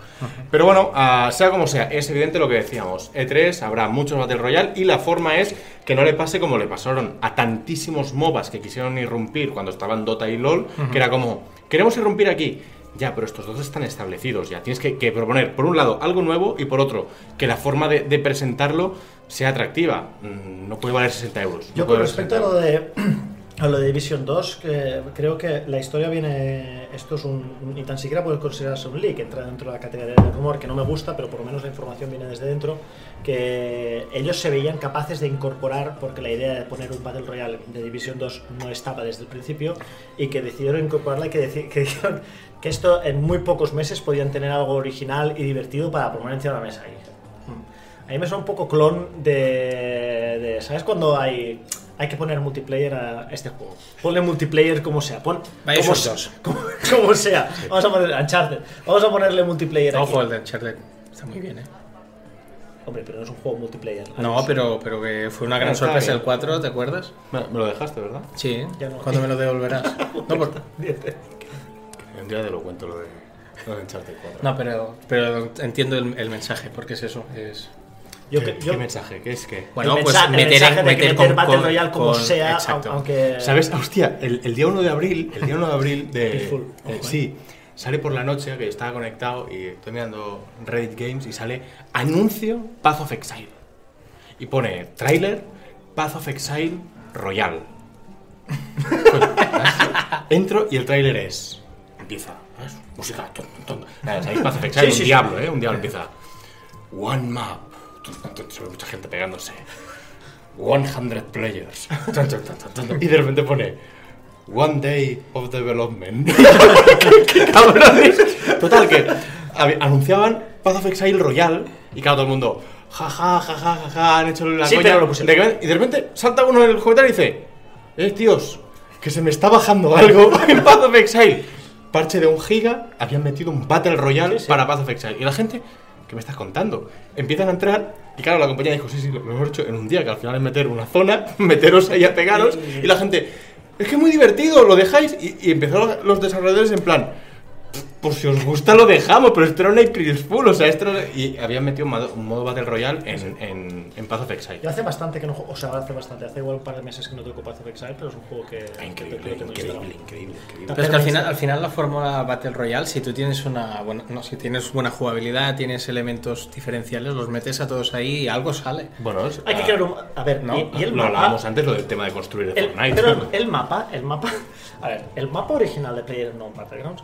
[SPEAKER 1] Pero bueno, ah, sea como sea, es evidente lo que decíamos. E3 habrá muchos Battle Royale y la forma es que no le pase como le pasaron a tantísimos MOBAs que quisieron irrumpir cuando estaban Dota y LOL, que era como, queremos irrumpir aquí. Ya, pero estos dos están establecidos ya. Tienes que, que proponer, por un lado, algo nuevo y por otro, que la forma de, de presentarlo sea atractiva. Mm, No puede valer 60 euros. no puede
[SPEAKER 2] Yo con
[SPEAKER 1] valer
[SPEAKER 2] respecto a
[SPEAKER 1] 60
[SPEAKER 2] lo
[SPEAKER 1] euros.
[SPEAKER 2] de a lo de Division 2, que creo que la historia viene. Esto es un. un- Ni tan siquiera puede considerarse un leak, entra dentro de la categoría de rumor, que no me gusta, pero por lo menos la información viene desde dentro. Que ellos se veían capaces de incorporar, porque la idea de poner un Battle Royale de Division 2 no estaba desde el principio, y que decidieron incorporarla y que, deci- que dijeron que esto en muy pocos meses podían tener algo original y divertido para poner encima de la mesa. Y dije, "Mm". A mí me suena un poco clon de, de- ¿Sabes cuando hay, hay que poner multiplayer a este juego. Ponle multiplayer como sea. Pon,
[SPEAKER 3] Bioshock
[SPEAKER 2] como, se-
[SPEAKER 3] 2.
[SPEAKER 2] como, como sea. Vamos a poner Uncharted. Vamos a ponerle multiplayer aquí.
[SPEAKER 3] Ojo, el de Charlotte está muy bien, ¿eh?
[SPEAKER 2] Ah, Hombre, pero no es un juego multiplayer.
[SPEAKER 3] No,
[SPEAKER 2] Alex.
[SPEAKER 3] pero, pero que fue una gran
[SPEAKER 1] Está
[SPEAKER 3] sorpresa
[SPEAKER 1] bien.
[SPEAKER 3] el 4, ¿te acuerdas?
[SPEAKER 1] Me, me lo dejaste, ¿verdad?
[SPEAKER 3] Sí,
[SPEAKER 2] Ya no.
[SPEAKER 3] cuando me lo devolverás. No, por-
[SPEAKER 1] Un día te lo cuento lo de, lo de Uncharted 4.
[SPEAKER 3] no, pero, pero entiendo el, el mensaje, porque es eso. Es...
[SPEAKER 2] Yo,
[SPEAKER 1] ¿Qué,
[SPEAKER 2] que- yo-
[SPEAKER 1] qué mensaje? ¿Qué es que?
[SPEAKER 3] Bueno,
[SPEAKER 2] el
[SPEAKER 3] pues
[SPEAKER 2] mensaje, el
[SPEAKER 3] meter, en-
[SPEAKER 2] mensaje de que
[SPEAKER 3] meter
[SPEAKER 2] meter
[SPEAKER 3] con-
[SPEAKER 2] Battle
[SPEAKER 3] con-
[SPEAKER 2] Royale como
[SPEAKER 3] con-
[SPEAKER 2] sea,
[SPEAKER 3] exacto.
[SPEAKER 2] au- aunque...
[SPEAKER 1] ¿Sabes? Ah, Hostia, el, el día 1 de abril, el día 1 de abril de...
[SPEAKER 2] Pitfall.
[SPEAKER 1] eh, sí, sale por la noche, que estaba conectado y estoy mirando Reddit Games y sale anuncio Path of Exile. Y pone trailer Path of Exile Royal. Coño, Entro y el trailer es... Empieza. ¿sabes? Música. ton, ton, ton. Nada, ¿sabéis? Path of Exile,
[SPEAKER 2] Sí,
[SPEAKER 1] un
[SPEAKER 2] sí, sí.
[SPEAKER 1] diablo, ¿eh? Un diablo empieza. One map. Ton, ton, ton, Se ve mucha gente pegándose. 100 players. Tan, tan, tan, tan, tan. Y de repente pone One Day of Development. ¿Qué, qué cabrones? Total, que a- anunciaban Path of Exile Royal y claro, todo el mundo, jaja, jaja, jaja, han hecho la
[SPEAKER 2] Sí,
[SPEAKER 1] coña.
[SPEAKER 2] pero lo pusieron.
[SPEAKER 1] De que- y de repente salta uno en el comentario y dice, eh, tíos, que se me está bajando algo en Path of Exile. Parche de un giga, habían metido un Battle Royale para Path of Exile. Y la gente, ¿qué me estás contando? Empiezan a entrar y claro, la compañía dijo, sí, sí, lo hemos hecho en un día, que al final es meter una zona, meteros ahí a pegaros. Y la gente, es que es muy divertido, lo dejáis. Y, y empezaron los desarrolladores en plan, pues si os gusta lo dejamos, pero esto era un April Fool, o sea, esto era- Y habían metido un modo, un modo Battle Royale en, en, en Path of Exile.
[SPEAKER 2] Yo hace bastante que no juego, o sea, hace bastante, hace igual un par de meses que no toco Path of Exile, pero es un juego que...
[SPEAKER 1] Ah,
[SPEAKER 2] que
[SPEAKER 1] Increíble,
[SPEAKER 2] tengo instalado.
[SPEAKER 1] increíble, increíble, increíble.
[SPEAKER 3] Pero es que al final, al final la fórmula Battle Royale, si tú tienes una buena, no, si tienes buena jugabilidad, tienes elementos diferenciales, los metes a todos ahí y algo sale.
[SPEAKER 1] Bueno, es-
[SPEAKER 2] Hay que
[SPEAKER 1] ah,
[SPEAKER 2] crear un... A ver,
[SPEAKER 3] No,
[SPEAKER 2] y, y el
[SPEAKER 1] lo
[SPEAKER 2] mapa...
[SPEAKER 1] hablábamos antes, lo del tema de construir el,
[SPEAKER 2] el,
[SPEAKER 1] Fortnite.
[SPEAKER 2] pero el mapa, el mapa... A ver, el mapa original de PlayerUnknown's Battlegrounds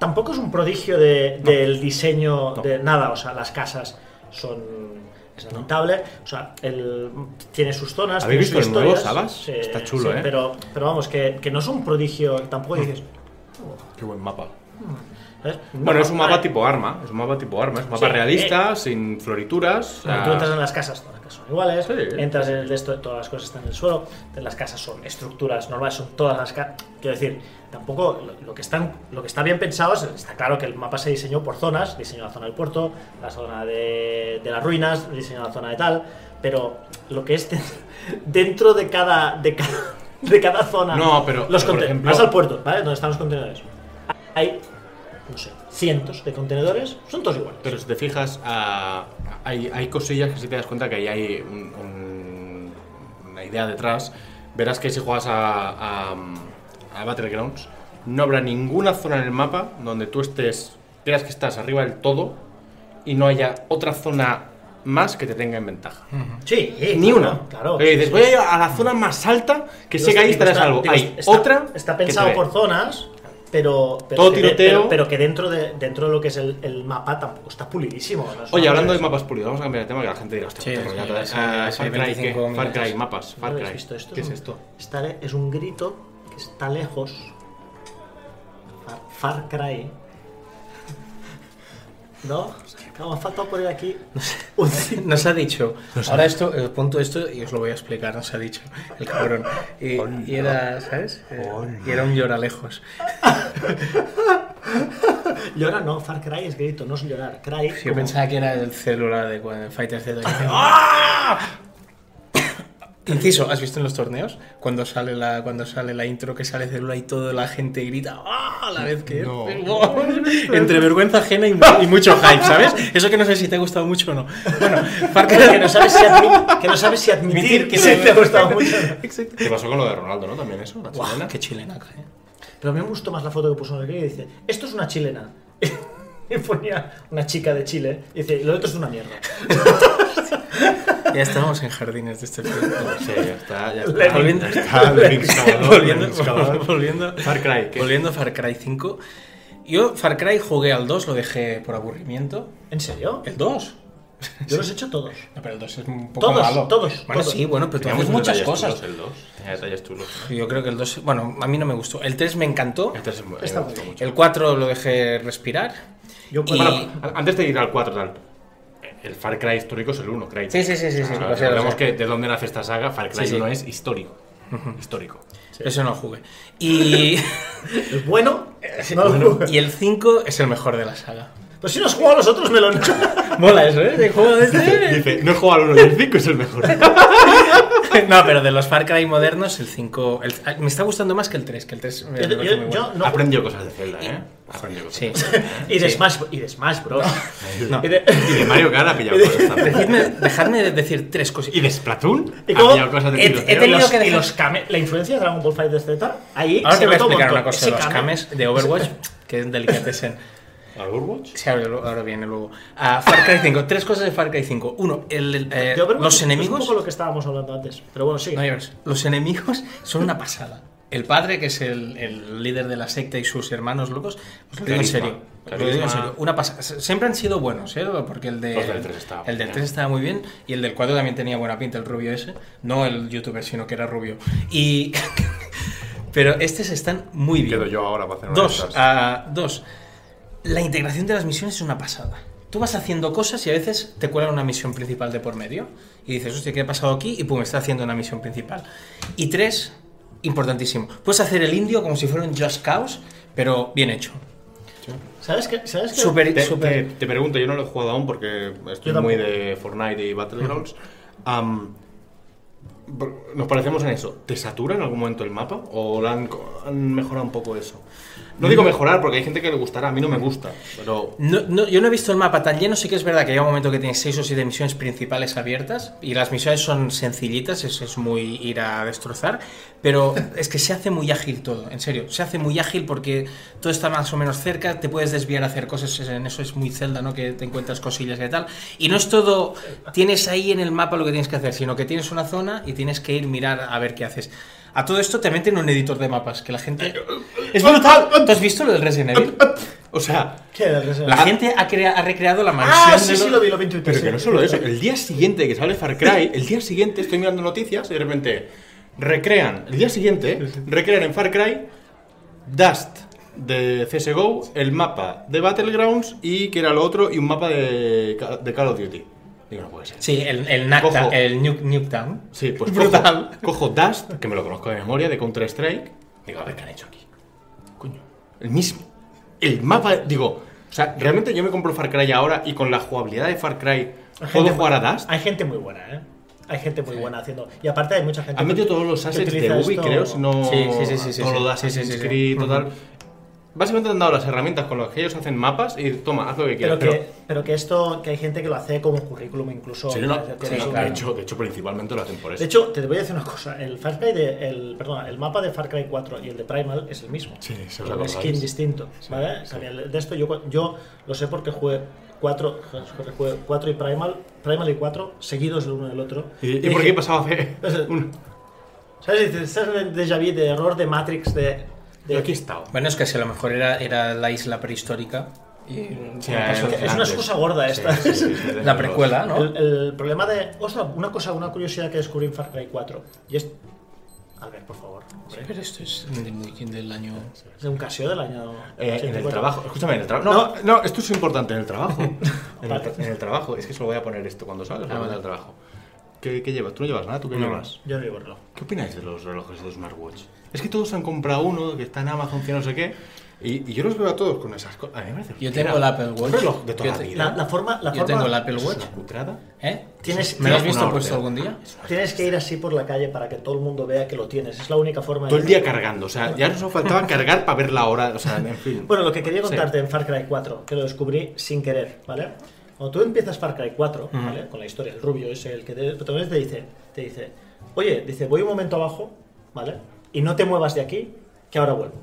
[SPEAKER 2] tampoco es un prodigio de- del diseño de nada, o sea, las casas son... Es lamentable, o sea, el, tiene sus zonas.
[SPEAKER 1] ¿Habéis visto
[SPEAKER 2] tiene sus
[SPEAKER 1] el nuevo
[SPEAKER 2] historias.
[SPEAKER 1] Sabas? Está chulo, ¿eh?
[SPEAKER 2] Pero, pero vamos, que, que no es un prodigio, tampoco dices.
[SPEAKER 1] Qué buen mapa.
[SPEAKER 2] ¿sabes?
[SPEAKER 1] Bueno, es un mapa
[SPEAKER 2] Ah, vale.
[SPEAKER 1] tipo arma, es un mapa tipo arma, es un mapa
[SPEAKER 2] Sí,
[SPEAKER 1] realista, sin florituras. o
[SPEAKER 2] Claro,
[SPEAKER 1] sea,
[SPEAKER 2] tú entras en las casas, todas las casas son iguales,
[SPEAKER 1] Sí.
[SPEAKER 2] entras en el de esto, todas las cosas están en el suelo, en las casas son estructuras normales, son todas las casas. Quiero decir, tampoco lo, lo que están, lo que está bien pensado es, está claro que el mapa se diseñó por zonas, diseñó la zona del puerto, la zona de, de las ruinas, diseñó la zona de tal, pero lo que es de- dentro de cada, de cada, de cada zona,
[SPEAKER 1] No, pero,
[SPEAKER 2] los
[SPEAKER 1] por
[SPEAKER 2] conte-
[SPEAKER 1] ejemplo-
[SPEAKER 2] vas al puerto, ¿vale? Donde están los contenedores. Hay, no sé, cientos de contenedores, son todos iguales.
[SPEAKER 1] Pero si te fijas, ah, hay, hay cosillas que si te das cuenta que ahí hay un- un- una idea detrás. Verás que si juegas a, a, a Battlegrounds, no habrá ninguna zona en el mapa donde tú estés, creas que estás arriba del todo y no haya otra zona más que te tenga en ventaja. Eh,
[SPEAKER 2] Sí,
[SPEAKER 1] Ni
[SPEAKER 2] claro,
[SPEAKER 1] una.
[SPEAKER 2] Hmm. Claro.
[SPEAKER 1] Porque dices, voy a ir a la zona más alta que
[SPEAKER 2] Digo,
[SPEAKER 1] sé que ahí
[SPEAKER 2] digo,
[SPEAKER 1] estarás
[SPEAKER 2] está-
[SPEAKER 1] salvo.
[SPEAKER 2] digo,
[SPEAKER 1] Hay
[SPEAKER 2] está-
[SPEAKER 1] otra.
[SPEAKER 2] Está
[SPEAKER 1] que
[SPEAKER 2] pensado
[SPEAKER 1] te ve.
[SPEAKER 2] por zonas, pero. pero
[SPEAKER 1] Todo
[SPEAKER 2] que de-
[SPEAKER 1] tiroteo.
[SPEAKER 2] pero, pero que dentro de, dentro de lo que es el, el mapa tampoco está pulidísimo. ¿no? Son-
[SPEAKER 1] Oye, hablando de mapas pulidos, vamos a cambiar de tema que la gente dirá, hostia,
[SPEAKER 3] Sí,
[SPEAKER 1] qué
[SPEAKER 3] sí,
[SPEAKER 1] rollazo,
[SPEAKER 3] sí,
[SPEAKER 1] eh.
[SPEAKER 3] sí,
[SPEAKER 1] Ah,
[SPEAKER 3] sí,
[SPEAKER 1] Far Cry,
[SPEAKER 3] 25
[SPEAKER 1] ¿qué? Far Cry,
[SPEAKER 3] minutos.
[SPEAKER 1] mapas,
[SPEAKER 2] ¿no
[SPEAKER 1] Far
[SPEAKER 2] habéis
[SPEAKER 1] Cry.
[SPEAKER 2] visto esto?
[SPEAKER 1] ¿Qué es
[SPEAKER 2] un-
[SPEAKER 1] esto?
[SPEAKER 2] está le- es un grito que está lejos. Far, Far Cry. ¿No? Claro, me ha faltado poner aquí un
[SPEAKER 3] Nos ha dicho, ahora esto, eh, punto esto y os lo voy a explicar, nos ha dicho el cabrón. Y, y era, ¿sabes? Eh, y era un lloralejos.
[SPEAKER 2] Llora no, Far Cry es grito, no es llorar. Cry.
[SPEAKER 3] Yo
[SPEAKER 2] como-
[SPEAKER 3] pensaba que era el celular de cuando- el Fighter Z. "Ah".
[SPEAKER 1] ¡Ah!
[SPEAKER 3] Inciso, ¿has visto en los torneos? Cuando sale la, cuando sale la intro que sale celular y toda la gente grita ¡Ah! a la vez que
[SPEAKER 1] No.
[SPEAKER 3] entre vergüenza ajena y, mu- y mucho hype, ¿sabes? Eso que no sé si te ha gustado mucho o no. Bueno, Far Cry-
[SPEAKER 2] que, no sabes si admi- que no sabes si admitir que se te ha gustado mucho.
[SPEAKER 3] Exacto.
[SPEAKER 1] ¿Qué pasó con lo de Ronaldo, no? También eso, la
[SPEAKER 3] Guau,
[SPEAKER 1] chilena.
[SPEAKER 3] qué chilenaca, ¿eh?
[SPEAKER 2] Pero a mí me gustó más la foto que puso en el vídeo y dice, esto es una chilena. Y ponía una chica de Chile y dice, lo otro es una mierda.
[SPEAKER 3] Ya estábamos en jardines de este proyecto.
[SPEAKER 1] Sí, ya está, ya está.
[SPEAKER 3] Lenin.
[SPEAKER 1] Ya está, Lenin Excavador,
[SPEAKER 3] volviendo,
[SPEAKER 1] Lenin Excavador.
[SPEAKER 3] volviendo,
[SPEAKER 1] Far Cry, ¿qué?
[SPEAKER 3] volviendo a Far Cry 5. Yo Far Cry jugué al 2, lo dejé por aburrimiento.
[SPEAKER 2] ¿En serio?
[SPEAKER 3] ¿El 2?
[SPEAKER 2] Yo los he hecho todos.
[SPEAKER 3] No, pero el 2 es un poco
[SPEAKER 2] Todos,
[SPEAKER 3] malo.
[SPEAKER 2] todos,
[SPEAKER 3] Bueno,
[SPEAKER 2] todos.
[SPEAKER 3] sí, bueno, pero tú
[SPEAKER 1] Tenía
[SPEAKER 3] haces
[SPEAKER 1] muchos
[SPEAKER 3] muchas
[SPEAKER 1] detalles
[SPEAKER 3] cosas.
[SPEAKER 1] chulos el 2. Tenía detalles chulos.
[SPEAKER 3] Yo creo que el 2, bueno, a mí no me gustó. El 3 me encantó.
[SPEAKER 1] Este es muy-
[SPEAKER 2] Está
[SPEAKER 1] me
[SPEAKER 2] muy
[SPEAKER 1] gustó
[SPEAKER 2] bien.
[SPEAKER 1] mucho.
[SPEAKER 3] El 4 lo dejé respirar.
[SPEAKER 2] Yo
[SPEAKER 3] Y-
[SPEAKER 2] cuando-
[SPEAKER 1] Bueno, a- antes de ir al 4, tal. el Far Cry histórico es el 1, Cry.
[SPEAKER 3] Sí, sí, sí, sí, sí,
[SPEAKER 1] O sea,
[SPEAKER 3] lo sé, lo
[SPEAKER 1] hablamos
[SPEAKER 3] sé.
[SPEAKER 1] Ah, que de dónde nace esta saga, Far Cry
[SPEAKER 3] Sí, sí.
[SPEAKER 1] 1 es histórico. histórico.
[SPEAKER 3] Eso no lo jugué. Y,
[SPEAKER 2] ¿Es eh, bueno? No lo jugué.
[SPEAKER 3] y el 5 es el mejor de la saga.
[SPEAKER 2] Pues si no has jugado a los otros, me lo
[SPEAKER 3] Mola eso, ¿eh? De juego de este-
[SPEAKER 1] Dice, no he jugado al 1 y el 5 es el mejor.
[SPEAKER 3] No, pero de los Far Cry modernos, el 5. el- ah, me está gustando más que el 3. Que el 3 me
[SPEAKER 2] Yo-
[SPEAKER 3] parece
[SPEAKER 2] yo-
[SPEAKER 3] muy bueno.
[SPEAKER 2] yo no-
[SPEAKER 1] Aprendió cosas de Zelda, ¿eh? Aprendió cosas.
[SPEAKER 3] Sí.
[SPEAKER 2] Y de Smash, y de Smash Bros.
[SPEAKER 3] No.
[SPEAKER 2] Y de-
[SPEAKER 1] Y de Mario Kart ha pillado cosas también.
[SPEAKER 3] Decidme- dejadme de decir tres cosas.
[SPEAKER 1] Y de Splatoon
[SPEAKER 2] ¿Y
[SPEAKER 1] ha
[SPEAKER 2] cómo?
[SPEAKER 1] pillado cosas de
[SPEAKER 3] He-
[SPEAKER 1] tiroteo.
[SPEAKER 3] he tenido
[SPEAKER 2] los-
[SPEAKER 3] que
[SPEAKER 2] y
[SPEAKER 3] dejar-
[SPEAKER 2] los kame- la influencia de Dragon Ball Fighter Z ahí
[SPEAKER 3] Ahora
[SPEAKER 2] se
[SPEAKER 3] te voy a
[SPEAKER 2] nota un
[SPEAKER 3] explicar una
[SPEAKER 2] montón.
[SPEAKER 3] cosa
[SPEAKER 2] Ese
[SPEAKER 3] de los
[SPEAKER 2] kame-
[SPEAKER 3] cames de Overwatch, que es delicatessen.
[SPEAKER 1] ¿Al Overwatch?
[SPEAKER 3] Sí, ahora, lo- ahora viene luego. Ah, Far Cry 5. Tres cosas de Far Cry 5. Uno, el- el, eh,
[SPEAKER 2] de Overwatch
[SPEAKER 3] los
[SPEAKER 2] Es un
[SPEAKER 3] enemigos.
[SPEAKER 2] poco lo que estábamos hablando antes. Pero bueno, sí.
[SPEAKER 3] No, ya ves, los enemigos son una pasada. El padre, que es el, el líder de la secta y sus hermanos locos, os lo digo en
[SPEAKER 1] Carisma.
[SPEAKER 3] serio. os lo digo en
[SPEAKER 1] Carisma.
[SPEAKER 3] serio, Una pasada. S- Siempre han sido buenos, ¿eh? Porque el, de,
[SPEAKER 1] Los del tres estaban
[SPEAKER 3] el del
[SPEAKER 1] bien.
[SPEAKER 3] 3 estaba muy bien y el del 4 también tenía buena pinta, el rubio ese. No el youtuber, sino que era rubio. Y... Pero estos están muy bien.
[SPEAKER 1] Quedo yo ahora para hacer una
[SPEAKER 3] Dos,
[SPEAKER 1] de estas.
[SPEAKER 3] ah, dos. La integración de las misiones es una pasada. Tú vas haciendo cosas y a veces te cuelan una misión principal de por medio. Y dices, hostia, ¿qué ha pasado aquí? Y pum, está haciendo una misión principal. Y tres, importantísimo. Puedes hacer el indio como si fuera un Just Cause, pero bien hecho.
[SPEAKER 2] ¿Sabes qué? ¿Sabes qué?
[SPEAKER 3] Súper,
[SPEAKER 1] Te,
[SPEAKER 3] súper.
[SPEAKER 1] te- te pregunto, yo no lo he jugado aún porque estoy
[SPEAKER 2] Yo
[SPEAKER 1] muy
[SPEAKER 2] tampoco.
[SPEAKER 1] de Fortnite y Battlegrounds. Am, br- nos parecemos en eso. ¿Te satura en algún momento el mapa? ¿O lo han, co- han mejorado un poco eso? No digo mejorar porque hay gente que le gustará, a mí no me gusta. Pero
[SPEAKER 3] No, no, yo no he visto el mapa tan lleno, sí que es verdad que hay un momento que tienes 6 o 7 misiones principales abiertas y las misiones son sencillitas, es, es muy ir a destrozar, pero es que se hace muy ágil todo, en serio, se hace muy ágil porque todo está más o menos cerca, te puedes desviar a hacer cosas, es- en eso es muy celda, ¿no? Que te encuentras cosillas y tal, y no es todo, tienes ahí en el mapa lo que tienes que hacer, sino que tienes una zona y tienes que ir mirar a ver qué haces. A todo esto te meten un editor de mapas, que la gente... ¡Es brutal! ¿Tú has visto lo del Resident Evil?
[SPEAKER 1] O sea,
[SPEAKER 2] ¿Qué era el reserva?
[SPEAKER 3] La gente ha, crea- ha recreado la mansión.
[SPEAKER 2] Ah, sí,
[SPEAKER 3] de
[SPEAKER 2] sí,
[SPEAKER 3] lo-
[SPEAKER 2] lo vi, lo vi en Twitter.
[SPEAKER 1] pero
[SPEAKER 2] sí.
[SPEAKER 1] que no solo eso. El día siguiente que sale Far Cry, el día siguiente estoy mirando noticias y de repente recrean, el día siguiente, recrean en Far Cry Dust de CSGO, el mapa de Battlegrounds y que era lo otro, y un mapa de, Ca- de Call of Duty. Digo, no puede ser.
[SPEAKER 3] Sí, el, el Nacta,
[SPEAKER 1] Ojo.
[SPEAKER 3] el Nuke, Nuketown.
[SPEAKER 1] Sí, pues
[SPEAKER 3] Brutal.
[SPEAKER 1] Cojo, cojo Dust, que me lo conozco de memoria, de Counter-Strike. Digo, a ver qué han hecho aquí. Coño, el mismo. El mapa, digo. O sea, realmente yo me compro Far Cry ahora y con la jugabilidad de Far Cry
[SPEAKER 2] Hay gente
[SPEAKER 1] puedo
[SPEAKER 2] muy-
[SPEAKER 1] jugar a Dust.
[SPEAKER 2] Hay gente muy buena, ¿eh? Hay gente muy buena haciendo. Y aparte hay mucha gente.
[SPEAKER 1] Han metido todos los
[SPEAKER 2] que
[SPEAKER 1] assets de
[SPEAKER 2] utiliza
[SPEAKER 1] Ubi,
[SPEAKER 2] esto-
[SPEAKER 1] creo, si no.
[SPEAKER 3] Sí, sí, sí, sí, sí,
[SPEAKER 1] todo
[SPEAKER 3] sí.
[SPEAKER 1] lo de
[SPEAKER 3] Sí, sí,
[SPEAKER 1] Assassin's
[SPEAKER 3] sí, sí.
[SPEAKER 1] Creed, total. Básicamente han dado las herramientas con las que ellos hacen mapas y toma, haz lo que
[SPEAKER 2] Pero
[SPEAKER 1] quieras.
[SPEAKER 2] que, pero que esto, que hay gente que lo hace como currículum incluso.
[SPEAKER 1] Sí, no,
[SPEAKER 2] o sea,
[SPEAKER 1] sí,
[SPEAKER 2] tienes un-
[SPEAKER 1] de, hecho, de hecho, principalmente lo hacen por eso.
[SPEAKER 2] De hecho, te voy a decir una cosa. El Far Cry de, el, perdona, el mapa de Far Cry 4 y el de Primal es el mismo.
[SPEAKER 1] Sí, se os
[SPEAKER 2] Con un
[SPEAKER 1] acordáis.
[SPEAKER 2] skin distinto. ¿vale? Cambia el- De esto yo, cu- yo lo sé porque jugué 4, jugué 4 y Primal, Primal y 4 seguidos el uno del otro.
[SPEAKER 1] ¿Y, y
[SPEAKER 2] dije, "Pues,
[SPEAKER 1] por qué pasaba hace un-
[SPEAKER 2] ¿Sabes? Dices, Estás en el déjà vu de error de Matrix de... de-
[SPEAKER 1] Yo aquí he estado.
[SPEAKER 3] Bueno, es que si a lo mejor era, era la isla prehistórica. Y,
[SPEAKER 1] Sí,
[SPEAKER 3] ¿cómo pasó?
[SPEAKER 1] en
[SPEAKER 2] es una
[SPEAKER 1] Flandes.
[SPEAKER 2] excusa gorda esta.
[SPEAKER 3] la precuela, ¿no?
[SPEAKER 2] El, el problema de... Ostras, una cosa, una curiosidad que descubrí en Far Cry 4. Y es... A ver, por favor. hombre.
[SPEAKER 3] Pero esto es de muy- del año.
[SPEAKER 2] Es un casio del año...
[SPEAKER 1] Eh, en el
[SPEAKER 2] 84.
[SPEAKER 1] trabajo, escúchame, en el trabajo. No, no, esto es importante, en el trabajo. en, el tra- en el trabajo, es que se lo voy a poner esto cuando salga, se lo voy a poner al trabajo. ¿Qué, qué llevas? ¿Tú no llevas nada? ¿Tú qué
[SPEAKER 3] No.
[SPEAKER 1] llevas?
[SPEAKER 2] Yo no llevo reloj.
[SPEAKER 1] ¿Qué opináis de los relojes de smartwatch? Es que todos han comprado uno que está en Amazon, que no sé qué. Y, y yo los veo a todos con esas cosas. A mí me parece.
[SPEAKER 3] Yo
[SPEAKER 1] hostia,
[SPEAKER 3] tengo el Apple Watch.
[SPEAKER 1] Un reloj de toda
[SPEAKER 3] Yo
[SPEAKER 1] la
[SPEAKER 3] te-
[SPEAKER 1] vida.
[SPEAKER 2] La, la forma... La
[SPEAKER 3] Yo
[SPEAKER 2] forma-
[SPEAKER 3] tengo el Apple
[SPEAKER 1] ¿Eso es
[SPEAKER 3] Watch.
[SPEAKER 1] una cutrada?
[SPEAKER 3] ¿Eh?
[SPEAKER 2] Tienes-
[SPEAKER 3] ¿Me lo
[SPEAKER 1] tienes
[SPEAKER 3] has visto
[SPEAKER 1] una
[SPEAKER 3] puesto
[SPEAKER 1] orden.
[SPEAKER 3] algún día?
[SPEAKER 2] Tienes que ir así por la calle para que todo el mundo vea que lo tienes. Es la única forma... de-
[SPEAKER 1] Todo el día cargando. O sea, ya nos faltaba cargar para ver la hora. O sea, en fin.
[SPEAKER 2] Bueno, lo que quería contarte en Far Cry 4, que lo descubrí sin querer, ¿vale? Cuando tú empiezas Far Cry 4, ¿vale? Con la historia, el rubio es el que te, el protagonista te dice, te dice, oye, dice, voy un momento abajo, ¿vale? Y no te muevas de aquí, que ahora vuelvo,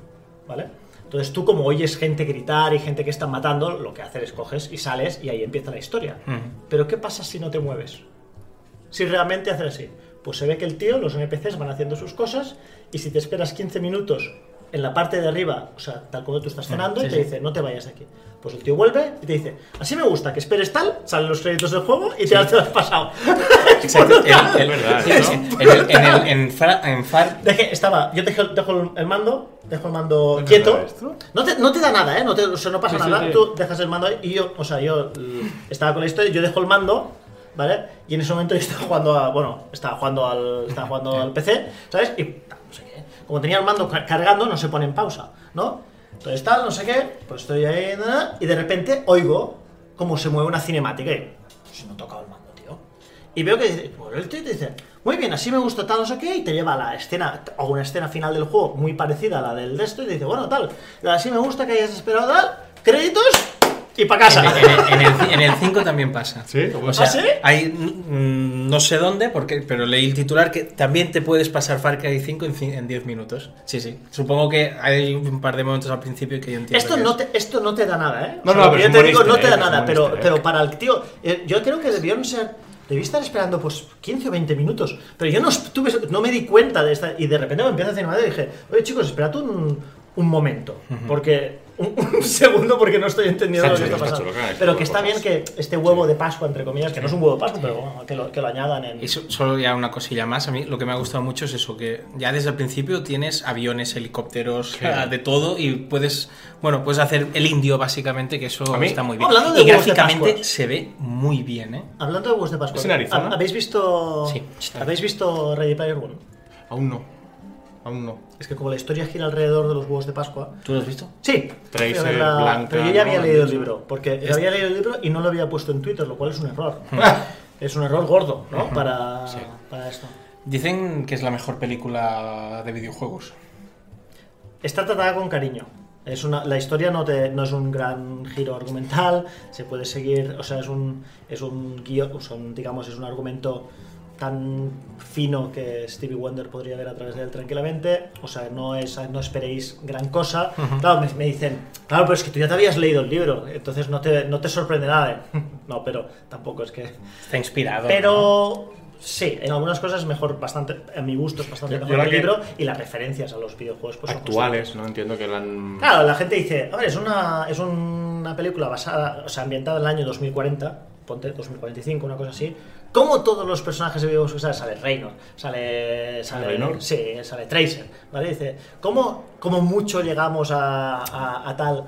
[SPEAKER 2] ¿vale? Entonces tú como oyes gente gritar y gente que están matando, lo que haces es coges y sales y ahí empieza la historia. Pero ¿qué pasa si no te mueves? Si realmente hacen así, pues se ve que el tío, los NPCs van haciendo sus cosas y si te esperas 15 minutos en la parte de arriba, o sea, tal como tú estás cenando,
[SPEAKER 3] Ah, sí,
[SPEAKER 2] y te
[SPEAKER 3] sí.
[SPEAKER 2] dice, no te vayas de aquí. Pues el tío vuelve y te dice, así me gusta, que esperes tal, salen los créditos del juego y te has te lo has pasado.
[SPEAKER 3] Exacto. el- el-
[SPEAKER 1] Es verdad,
[SPEAKER 3] sí, sí. En el- en el- en Far- en Far-
[SPEAKER 2] Dejé- estaba, yo dejé, dejo el mando, dejo el mando
[SPEAKER 1] ¿Es
[SPEAKER 2] quieto.
[SPEAKER 1] verdad esto?
[SPEAKER 2] No te, no te da nada, ¿eh? No te, o sea, no pasa
[SPEAKER 3] Sí, sí,
[SPEAKER 2] nada.
[SPEAKER 3] sí.
[SPEAKER 2] Tú dejas el mando ahí y yo, o sea, yo mm, estaba con la historia, yo dejo el mando, ¿vale? Y en ese momento yo estaba jugando a, bueno, estaba jugando al, estaba jugando al PC, ¿sabes? Y ta, no sé qué. Como tenía el mando ca- cargando, no se pone en pausa, ¿no? Entonces tal, no sé qué, pues estoy ahí, na, na, y de repente oigo cómo se mueve una cinemática y, si no he tocado el mando, tío. Y veo que dice, bueno, el tío te dice, muy bien, así me gusta tal, no sé qué, y te lleva a la escena, a una escena final del juego muy parecida a la del de esto, y te dice, bueno, tal, así me gusta que hayas esperado tal, créditos y para casa.
[SPEAKER 3] en el- en el 5 también pasa.
[SPEAKER 1] Sí,
[SPEAKER 3] O sea,
[SPEAKER 2] ¿Ah, sí?
[SPEAKER 3] hay, mm, no sé dónde, porque, pero leí el titular que también te puedes pasar Far Cry 5 en ci- en 10 minutos. Sí, sí. Supongo que hay un par de momentos al principio que yo entiendo.
[SPEAKER 2] Esto
[SPEAKER 3] que
[SPEAKER 2] no,
[SPEAKER 3] es-
[SPEAKER 2] te, esto no te da nada, ¿eh?
[SPEAKER 1] No, no,
[SPEAKER 2] lo
[SPEAKER 1] pero
[SPEAKER 2] que
[SPEAKER 1] es
[SPEAKER 2] yo
[SPEAKER 1] un
[SPEAKER 2] te
[SPEAKER 1] buen
[SPEAKER 2] digo no
[SPEAKER 1] easter
[SPEAKER 2] te da
[SPEAKER 1] egg, es
[SPEAKER 2] nada,
[SPEAKER 1] un buen
[SPEAKER 2] pero,
[SPEAKER 1] easter egg.
[SPEAKER 2] pero para el tío, eh, yo creo que debieron ser, debí estar esperando pues 15 o 20 minutos, pero yo no, estuve- no me di cuenta de esta, y de repente me empieza a hacer madre y dije, oye chicos, esperad un, un momento, porque... Un, un segundo porque no estoy entendiendo
[SPEAKER 3] Está
[SPEAKER 2] lo
[SPEAKER 3] chulo,
[SPEAKER 2] que está
[SPEAKER 1] está
[SPEAKER 2] pasando.
[SPEAKER 1] chulo, claro, este
[SPEAKER 2] pero
[SPEAKER 1] tipo de
[SPEAKER 2] que está bien
[SPEAKER 1] cosas.
[SPEAKER 2] que este huevo de Pascua, entre comillas, que no es un huevo de Pascua, pero bueno, que lo, que lo añadan en...
[SPEAKER 3] Y so- solo ya una cosilla más, a mí lo que me ha gustado mucho es eso, que ya desde el principio tienes aviones, helicópteros, ah, de todo, y puedes, bueno, puedes hacer el indio básicamente, que eso
[SPEAKER 1] A mí-
[SPEAKER 3] está muy bien.
[SPEAKER 2] Hablando de
[SPEAKER 3] Y
[SPEAKER 2] huevos de
[SPEAKER 3] gráficamente
[SPEAKER 2] Pascua.
[SPEAKER 3] se ve muy bien, ¿eh?
[SPEAKER 2] Hablando de huevos de Pascua,
[SPEAKER 1] ¿Es en Arizona?
[SPEAKER 2] ¿hab- ¿habéis visto,
[SPEAKER 3] Sí.
[SPEAKER 2] ¿habéis visto Ready Player One?
[SPEAKER 1] Aún no. Aún no.
[SPEAKER 2] Es que como la historia gira alrededor de los huevos de Pascua.
[SPEAKER 3] ¿Tú lo has visto?
[SPEAKER 2] Sí,
[SPEAKER 1] Tracer,
[SPEAKER 2] fui a verla,
[SPEAKER 1] Blanca,
[SPEAKER 2] pero yo ya había
[SPEAKER 1] ¿no?
[SPEAKER 2] leído el
[SPEAKER 1] Eso.
[SPEAKER 2] libro, porque yo había leído el libro y no lo había puesto en Twitter, lo cual es un error.
[SPEAKER 1] Hmm.
[SPEAKER 3] Mm.
[SPEAKER 2] es un error gordo, ¿no? para, para esto.
[SPEAKER 3] Dicen que es la mejor película de videojuegos.
[SPEAKER 2] Está tratada con cariño. Es una, la historia no, te, no es un gran giro argumental, se puede seguir, o sea, es un, es un guión, o sea, un- digamos, es un argumento tan fino que Stevie Wonder podría ver a través de él tranquilamente, o sea, no, es, no esperéis gran cosa. Claro, me, me dicen, claro, pero es que tú ya te habías leído el libro, entonces no te, no te sorprende nada. de-". no, pero tampoco es que...
[SPEAKER 3] Está inspirado. ¿no?
[SPEAKER 2] Pero sí, en algunas cosas es mejor, bastante, a mi gusto es bastante
[SPEAKER 1] Yo- yo
[SPEAKER 2] mejor
[SPEAKER 1] la
[SPEAKER 2] el
[SPEAKER 1] que-
[SPEAKER 2] libro y las referencias a los videojuegos pues, son
[SPEAKER 1] Actuales, ¿no? Entiendo que la han.
[SPEAKER 2] Claro, la gente dice, a ver, es una, es una película basada, o sea, ambientada en el año 2040, ponte 2045, una cosa así. Como todos los personajes de videojuegos, sale, sale Reynor, sale, sale,
[SPEAKER 1] Raynor?
[SPEAKER 2] sí, sale Tracer, ¿vale? Dice, ¿cómo, cómo mucho llegamos a, a- a tal?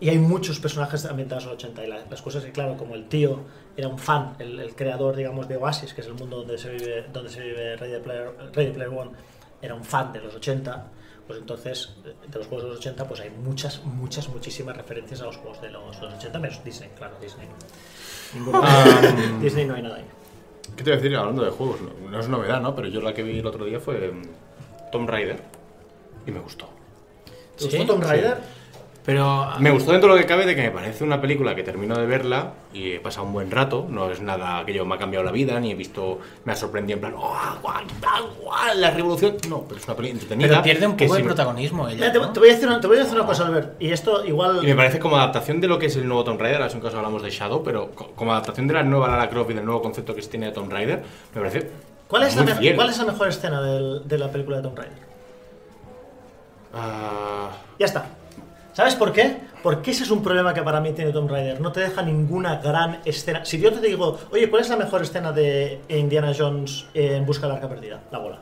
[SPEAKER 2] Y hay muchos personajes ambientados en los 80 y la- las cosas que, claro, como el tío era un fan, el, el creador, digamos, de Oasis, que es el mundo donde se vive, donde se vive Ready Player, Ready Player One, era un fan de los 80, pues entonces, eh, de los juegos de los 80, pues hay muchas, muchas, muchísimas referencias a los juegos de los, de los 80, menos Disney, claro, Disney.
[SPEAKER 1] Am,
[SPEAKER 2] Disney no hay nada ahí.
[SPEAKER 1] ¿Qué te voy a decir hablando de juegos? No, no es novedad, ¿no? Pero yo la que vi el otro día fue mm, Tomb Raider. Y me gustó.
[SPEAKER 2] ¿Te
[SPEAKER 3] Sí,
[SPEAKER 2] gustó Tomb
[SPEAKER 1] sí.
[SPEAKER 2] Raider?
[SPEAKER 3] Pero
[SPEAKER 1] Me gustó dentro de lo que cabe de que me parece una película que termino de verla y he pasado un buen rato. No es nada que yo me ha cambiado la vida, ni he visto, me ha sorprendido en plan, ¡oh, guau, guau, guau, la revolución! No, pero es una película entretenida.
[SPEAKER 3] Pero pierde un
[SPEAKER 1] que
[SPEAKER 3] poco
[SPEAKER 1] si
[SPEAKER 3] el
[SPEAKER 1] me-
[SPEAKER 3] protagonismo ella.
[SPEAKER 2] Mira, te,
[SPEAKER 3] ¿no?
[SPEAKER 2] te voy a decir una, te voy a decir una cosa, Albert, y esto
[SPEAKER 1] Y me
[SPEAKER 2] igual...
[SPEAKER 1] parece como adaptación de lo que es el nuevo Tomb Raider, ahora es un caso hablamos de Shadow, pero co- como adaptación de la nueva Lara Croft y del nuevo concepto que se tiene de Tomb Raider, me parece.
[SPEAKER 2] ¿Cuál es, la
[SPEAKER 1] muy
[SPEAKER 2] me-
[SPEAKER 1] fiel.
[SPEAKER 2] ¿Cuál es la mejor escena del- de la película de Tomb Raider?
[SPEAKER 1] Ah,
[SPEAKER 2] Ya está. ¿Sabes por qué? Porque ese es un problema que para mí tiene Tomb Raider. No te deja ninguna gran escena. Si yo te digo, oye, ¿cuál es la mejor escena de Indiana Jones en busca del arca perdida? La bola.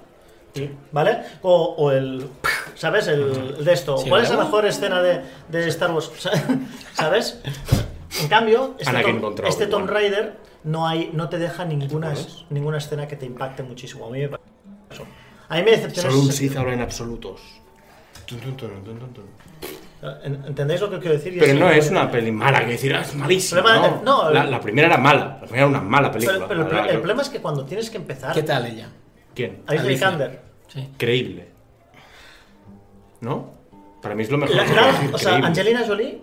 [SPEAKER 2] ¿Vale? O, o el. ¿Sabes? El, el de esto.
[SPEAKER 3] Sí,
[SPEAKER 2] ¿Cuál es la
[SPEAKER 3] ¿no?
[SPEAKER 2] mejor escena de, de Star Wars? ¿Sabes? En cambio, este
[SPEAKER 1] Anakin
[SPEAKER 2] Tom,
[SPEAKER 1] contra
[SPEAKER 2] este
[SPEAKER 1] Obi-Wan.
[SPEAKER 2] Tomb Raider no, hay, no te deja ninguna,
[SPEAKER 1] ¿Spoilers?
[SPEAKER 2] ninguna escena que te impacte muchísimo. A mí me, pa- eso. A mí me decepciona.
[SPEAKER 1] solo
[SPEAKER 2] ese
[SPEAKER 1] un
[SPEAKER 2] sentido.
[SPEAKER 1] Sith habla en absolutos. Tun, tun, tun, tun, tun, tun.
[SPEAKER 2] ¿En- ¿Entendéis lo que quiero decir? Y
[SPEAKER 1] Pero
[SPEAKER 2] es
[SPEAKER 1] no
[SPEAKER 2] que-
[SPEAKER 1] es una peli mala, que decir, "Ah, es malísima.
[SPEAKER 2] El problema-
[SPEAKER 1] no.
[SPEAKER 2] no, el-
[SPEAKER 1] la, la primera era mala, la primera era una mala película.
[SPEAKER 2] Pero, pero el,
[SPEAKER 1] La-
[SPEAKER 2] pro-
[SPEAKER 1] la-
[SPEAKER 2] el problema es que cuando tienes que empezar.
[SPEAKER 3] ¿Qué tal ella?
[SPEAKER 1] ¿Quién?
[SPEAKER 2] Alicia
[SPEAKER 3] Alicia.
[SPEAKER 2] Vikander.
[SPEAKER 3] Sí.
[SPEAKER 1] Creíble. ¿No? Para mí es lo mejor.
[SPEAKER 2] La-
[SPEAKER 1] que
[SPEAKER 2] claro,
[SPEAKER 1] es
[SPEAKER 2] o sea,
[SPEAKER 1] creíble.
[SPEAKER 2] Angelina Jolie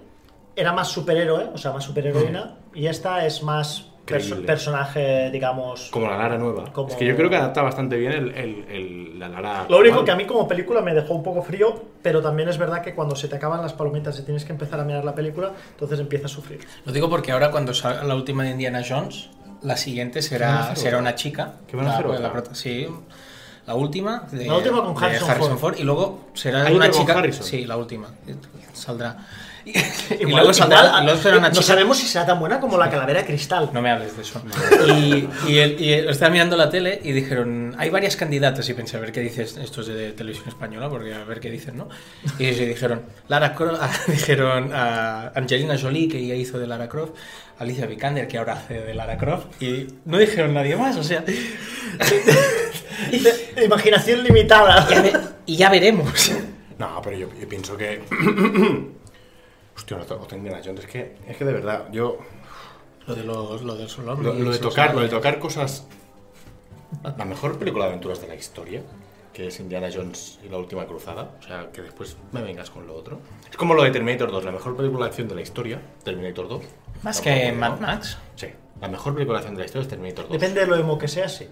[SPEAKER 2] era más superhéroe, o sea, más superheroína. Y esta es más perso-
[SPEAKER 1] Creíble.
[SPEAKER 2] personaje, digamos.
[SPEAKER 1] Como la Lara nueva.
[SPEAKER 2] Como-
[SPEAKER 1] Es que yo creo que adapta bastante bien el, el- el- la Lara.
[SPEAKER 2] Lo único
[SPEAKER 1] actual.
[SPEAKER 2] que a mí como película me dejó un poco frío, pero también es verdad que cuando se te acaban las palomitas y tienes que empezar a mirar la película, entonces empiezas a sufrir.
[SPEAKER 3] Lo digo porque ahora cuando salga la última de Indiana Jones, la siguiente
[SPEAKER 1] ¿Qué van a
[SPEAKER 3] será,
[SPEAKER 1] hacer
[SPEAKER 3] será
[SPEAKER 1] otra?
[SPEAKER 3] una chica.
[SPEAKER 1] ¿Qué van a
[SPEAKER 3] La-
[SPEAKER 1] hacer
[SPEAKER 3] la
[SPEAKER 1] otra?
[SPEAKER 3] prota- sí. la última de,
[SPEAKER 2] La última con
[SPEAKER 3] de
[SPEAKER 2] Harrison Ford.
[SPEAKER 3] y luego será
[SPEAKER 1] Hay
[SPEAKER 3] una
[SPEAKER 1] una con
[SPEAKER 3] chica.
[SPEAKER 1] Harrison.
[SPEAKER 3] Sí, la última. Saldrá. Y,
[SPEAKER 2] Igual-
[SPEAKER 3] luego saldrá.
[SPEAKER 2] igual,
[SPEAKER 3] y luego será una
[SPEAKER 2] no
[SPEAKER 3] chica-
[SPEAKER 2] sabemos si será tan buena como la calavera de cristal.
[SPEAKER 3] No me hables de eso. Y, y, el- y el- estaba mirando la tele y dijeron, hay varias candidatas y pensé, a ver qué dices, esto es de televisión española, porque a ver qué dicen, ¿no? Y se dijeron, Lara Croft, dijeron a Angelina Jolie, que ella hizo de Lara Croft, Alicia Vikander, que ahora hace de Lara Croft, y no dijeron nadie más, o sea...
[SPEAKER 2] Imaginación limitada.
[SPEAKER 3] ya ve- y ya veremos.
[SPEAKER 1] No, pero yo, yo pienso que. Hostia, no tengo Indiana Jones. Es que, es que de verdad, yo.
[SPEAKER 3] Lo de los... Lo de, solo
[SPEAKER 1] Lo, lo de tocar, lo de tocar cosas. La mejor película de aventuras de la historia, que es Indiana Jones y la última cruzada. O sea, que después me vengas con lo otro. Es como lo de Terminator 2, la mejor película de acción de la historia, Terminator 2.
[SPEAKER 3] Más
[SPEAKER 1] Tampoco,
[SPEAKER 3] que
[SPEAKER 1] ¿no? Ah.
[SPEAKER 3] Mad Max.
[SPEAKER 1] Sí, la mejor película de acción de la historia es Terminator 2.
[SPEAKER 2] Depende de lo emo que seas, sí.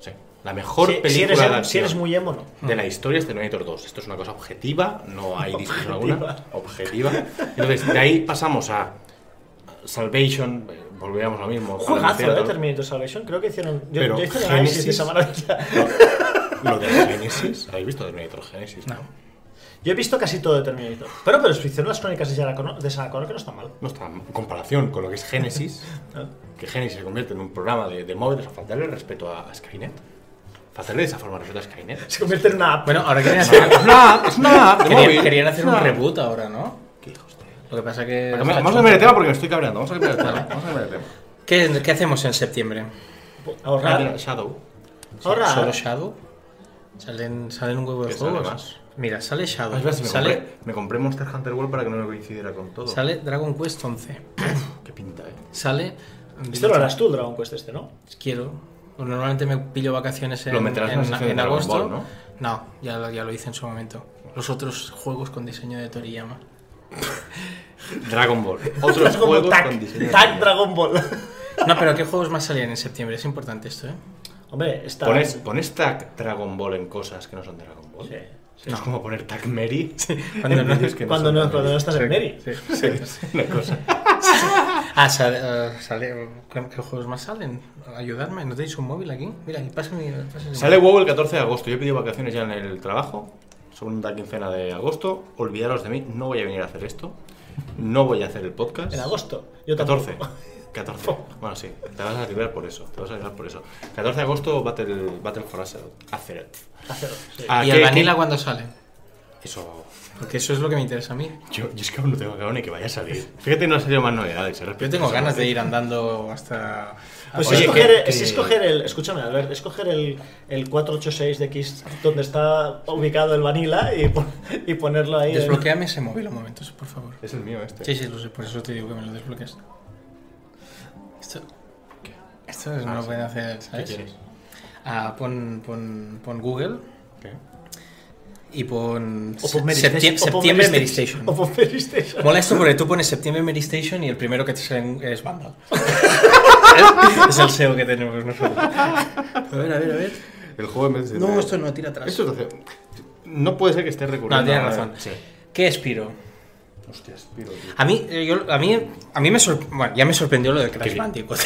[SPEAKER 1] Sí, la mejor
[SPEAKER 2] Si-
[SPEAKER 1] película
[SPEAKER 2] si, eres,
[SPEAKER 1] de
[SPEAKER 2] emo-
[SPEAKER 1] acción
[SPEAKER 2] si eres muy emo, no.
[SPEAKER 1] de la historia es Terminator 2. Esto es una cosa objetiva, no hay discusión alguna. Objetiva. Entonces, de ahí pasamos a Salvation, eh, volveríamos a lo mismo.
[SPEAKER 2] Juegazo, ¿eh?
[SPEAKER 1] Terminator.
[SPEAKER 2] Terminator Salvation. Creo que hicieron. Yo,
[SPEAKER 1] Pero
[SPEAKER 2] yo hice el análisis de
[SPEAKER 1] Génesis-
[SPEAKER 2] esa maravilla.
[SPEAKER 1] Lo de Genesis, ¿habéis visto Terminator Genesis?
[SPEAKER 3] No.
[SPEAKER 2] Yo he visto casi todo de Terminator. Pero, pero hicieron las crónicas de Sarah Connor, de Sarah Connor, que no está mal.
[SPEAKER 1] No está en comparación con lo que es Genesis,
[SPEAKER 2] ¿no?
[SPEAKER 1] que Genesis se convierte en un programa de, de móviles, a faltarle respeto a, a Skynet. Faltarle de esa forma respeto a Skynet.
[SPEAKER 2] Se convierte en una app.
[SPEAKER 3] Bueno, ahora quieren hacer,
[SPEAKER 1] Es una app, es una app de
[SPEAKER 3] querían,
[SPEAKER 1] móvil.
[SPEAKER 3] querían hacer un
[SPEAKER 1] No.
[SPEAKER 3] reboot ahora, ¿no?
[SPEAKER 1] Qué hijos de-
[SPEAKER 3] Lo que pasa que...
[SPEAKER 1] Vamos a cambiar de tema porque me estoy cabreando. Vamos a cambiar de tema. Vamos a cambiar de tema.
[SPEAKER 3] ¿Qué, qué hacemos en septiembre?
[SPEAKER 1] Ahorrar.
[SPEAKER 2] Ahorrar.
[SPEAKER 1] Shadow.
[SPEAKER 2] Ahorrar.
[SPEAKER 3] ¿Solo Shadow? ¿Salen, salen un huevo de
[SPEAKER 1] ¿Qué sale
[SPEAKER 3] juegos?
[SPEAKER 1] más?
[SPEAKER 3] Mira, sale Shadow,
[SPEAKER 1] Es verdad, si me,
[SPEAKER 3] sale,
[SPEAKER 1] compré, me compré Monster Hunter World para que no me coincidiera con todo.
[SPEAKER 3] sale Dragon Quest 11,
[SPEAKER 1] Qué pinta, eh.
[SPEAKER 3] sale...
[SPEAKER 2] Este lo harás tú, Dragon Quest, este, ¿no?
[SPEAKER 3] Quiero. pues Normalmente me pillo vacaciones en,
[SPEAKER 1] Lo meterás en la
[SPEAKER 3] en-
[SPEAKER 1] sección
[SPEAKER 3] en
[SPEAKER 1] de Dragon
[SPEAKER 3] agosto.
[SPEAKER 1] Ball, ¿no?
[SPEAKER 3] No, ya, lo- ya lo hice en su momento. Los otros juegos con diseño de Toriyama.
[SPEAKER 1] Dragon Ball. Otros
[SPEAKER 2] Dragon Ball
[SPEAKER 1] juegos
[SPEAKER 2] Tac.
[SPEAKER 1] con diseño de
[SPEAKER 2] Tac
[SPEAKER 1] Skynet.
[SPEAKER 2] Dragon Ball.
[SPEAKER 3] No, pero ¿qué juegos más salían en septiembre? Es importante esto, ¿eh?
[SPEAKER 2] Hombre, está.
[SPEAKER 1] ¿Pones, pones tag Dragon Ball en cosas que no son de Dragon Ball?
[SPEAKER 2] Sí.
[SPEAKER 1] Es como poner tag Mary.
[SPEAKER 3] Cuando
[SPEAKER 1] en
[SPEAKER 3] no-
[SPEAKER 1] vídeos que
[SPEAKER 2] Cuando,
[SPEAKER 1] son
[SPEAKER 2] no,
[SPEAKER 1] de
[SPEAKER 2] cuando no
[SPEAKER 1] Mary.
[SPEAKER 2] estás en Mary.
[SPEAKER 1] Sí, una cosa.
[SPEAKER 3] Ah, sale, eh, sale- ¿qué, qué juegos más salen? Ayudarme, ¿no tenéis un móvil aquí? Mira, y pasa mi... pasa mi-
[SPEAKER 1] Sale WoW el 14 de agosto. Yo he pedido vacaciones ya en el trabajo. Segunda quincena de agosto. Olvidaros de mí. No voy a venir a hacer esto. No voy a hacer el podcast.
[SPEAKER 2] En agosto. Yo tampoco.
[SPEAKER 1] 14. 14. Bueno, sí, te vas a librar por eso. Te vas a librar por eso. 14 de agosto, Battle, Battle for Azeroth. Azeroth.
[SPEAKER 2] Hacer- sí.
[SPEAKER 1] Ah,
[SPEAKER 3] ¿Y
[SPEAKER 1] ¿qué-
[SPEAKER 3] el
[SPEAKER 1] qué-
[SPEAKER 3] Vanilla cuándo sale?
[SPEAKER 1] Eso.
[SPEAKER 3] Porque eso es lo que me interesa a mí.
[SPEAKER 1] Yo, yo es que aún no tengo claro ni que vaya a salir. Fíjate, no han salido más novedades. al
[SPEAKER 3] Yo
[SPEAKER 1] respecto.
[SPEAKER 3] tengo ganas de ir andando hasta...
[SPEAKER 2] Pues
[SPEAKER 1] Oye,
[SPEAKER 2] es,
[SPEAKER 1] que-
[SPEAKER 2] coger,
[SPEAKER 1] Ah, que-
[SPEAKER 2] es escoger el. Escúchame, Albert, es coger el, el 486 de X donde está ubicado el Vanilla y, pon- y ponerlo ahí. en-
[SPEAKER 3] Desbloqueame ese móvil un momento, por favor.
[SPEAKER 1] Es el mío este.
[SPEAKER 3] Sí, sí, lo sé, por eso te digo que me lo desbloques. Esto. Esto es- no lo pueden hacer,
[SPEAKER 1] Ah, ¿Qué
[SPEAKER 3] ¿sabes?
[SPEAKER 1] quieres?
[SPEAKER 3] Ah, pon, pon, pon Google
[SPEAKER 1] ¿Qué?
[SPEAKER 3] y pon.
[SPEAKER 2] O pon Mary
[SPEAKER 3] septie-
[SPEAKER 2] Station, o pon
[SPEAKER 3] septiembre Mary
[SPEAKER 2] Station,
[SPEAKER 3] Station.
[SPEAKER 2] O pon Mary Station.
[SPEAKER 3] Mola esto porque tú pones septiembre Mary Station y el primero que te sale es Vandal. Es- es el SEO que tenemos nosotros. A ver, a ver, a ver.
[SPEAKER 1] El juego en vez de.
[SPEAKER 3] No, esto no, tira atrás.
[SPEAKER 1] Esto es hace- No puede ser que esté recurriendo.
[SPEAKER 3] No, tienes
[SPEAKER 1] a-
[SPEAKER 3] razón.
[SPEAKER 1] Sí.
[SPEAKER 3] ¿Qué espiro?
[SPEAKER 1] Hostias, piro, tío.
[SPEAKER 3] A mí, eh, yo- a mí, a mí me, sor- bueno, ya me sorprendió lo de
[SPEAKER 1] Qué
[SPEAKER 3] Crash
[SPEAKER 1] bien.
[SPEAKER 3] Bandicoot.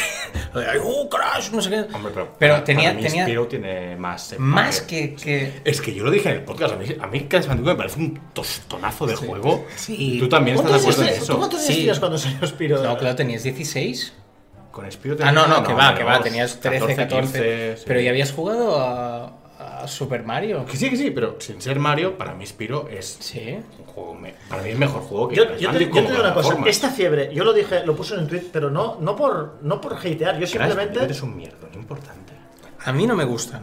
[SPEAKER 3] lo de, "Oh, Crash! No sé qué.
[SPEAKER 1] Hombre, pero. para
[SPEAKER 3] tenía,
[SPEAKER 1] mí
[SPEAKER 3] tenía
[SPEAKER 1] Spyro tiene más.
[SPEAKER 3] más que, que-
[SPEAKER 1] Es que yo lo dije en el podcast. A mí, a mí Crash Bandicoot me parece un tostonazo de juego.
[SPEAKER 3] Sí.
[SPEAKER 1] Tú también estás de
[SPEAKER 2] ¿Cuántos
[SPEAKER 1] acuerdo en
[SPEAKER 2] años- ¿Tú
[SPEAKER 1] eso.
[SPEAKER 2] cuántos
[SPEAKER 3] Sí.
[SPEAKER 2] años tenías cuando salió Spiro?
[SPEAKER 3] No, claro, tenías 16.
[SPEAKER 1] Con Spyro
[SPEAKER 3] Ah,
[SPEAKER 1] tenías-
[SPEAKER 3] no, no, que va, que va.
[SPEAKER 1] menos,
[SPEAKER 3] Tenías 13, 14.
[SPEAKER 1] sí.
[SPEAKER 3] Pero ya habías jugado a, a Super Mario.
[SPEAKER 1] Que sí, que sí, pero sin ser Mario, para mí Spyro es
[SPEAKER 3] Sí.
[SPEAKER 1] un juego. me- Para mí es mejor juego que.
[SPEAKER 2] Yo,
[SPEAKER 1] Crash
[SPEAKER 2] yo te,
[SPEAKER 1] Bandicoot
[SPEAKER 2] yo te
[SPEAKER 1] como
[SPEAKER 2] digo una cosa,
[SPEAKER 1] plataforma.
[SPEAKER 2] esta fiebre, yo lo dije, lo puse en el tweet, pero no, no por no por hatear, yo
[SPEAKER 1] Crash
[SPEAKER 2] simplemente.
[SPEAKER 1] Bandicoot es un mierda, no importante.
[SPEAKER 3] A mí no me gustan.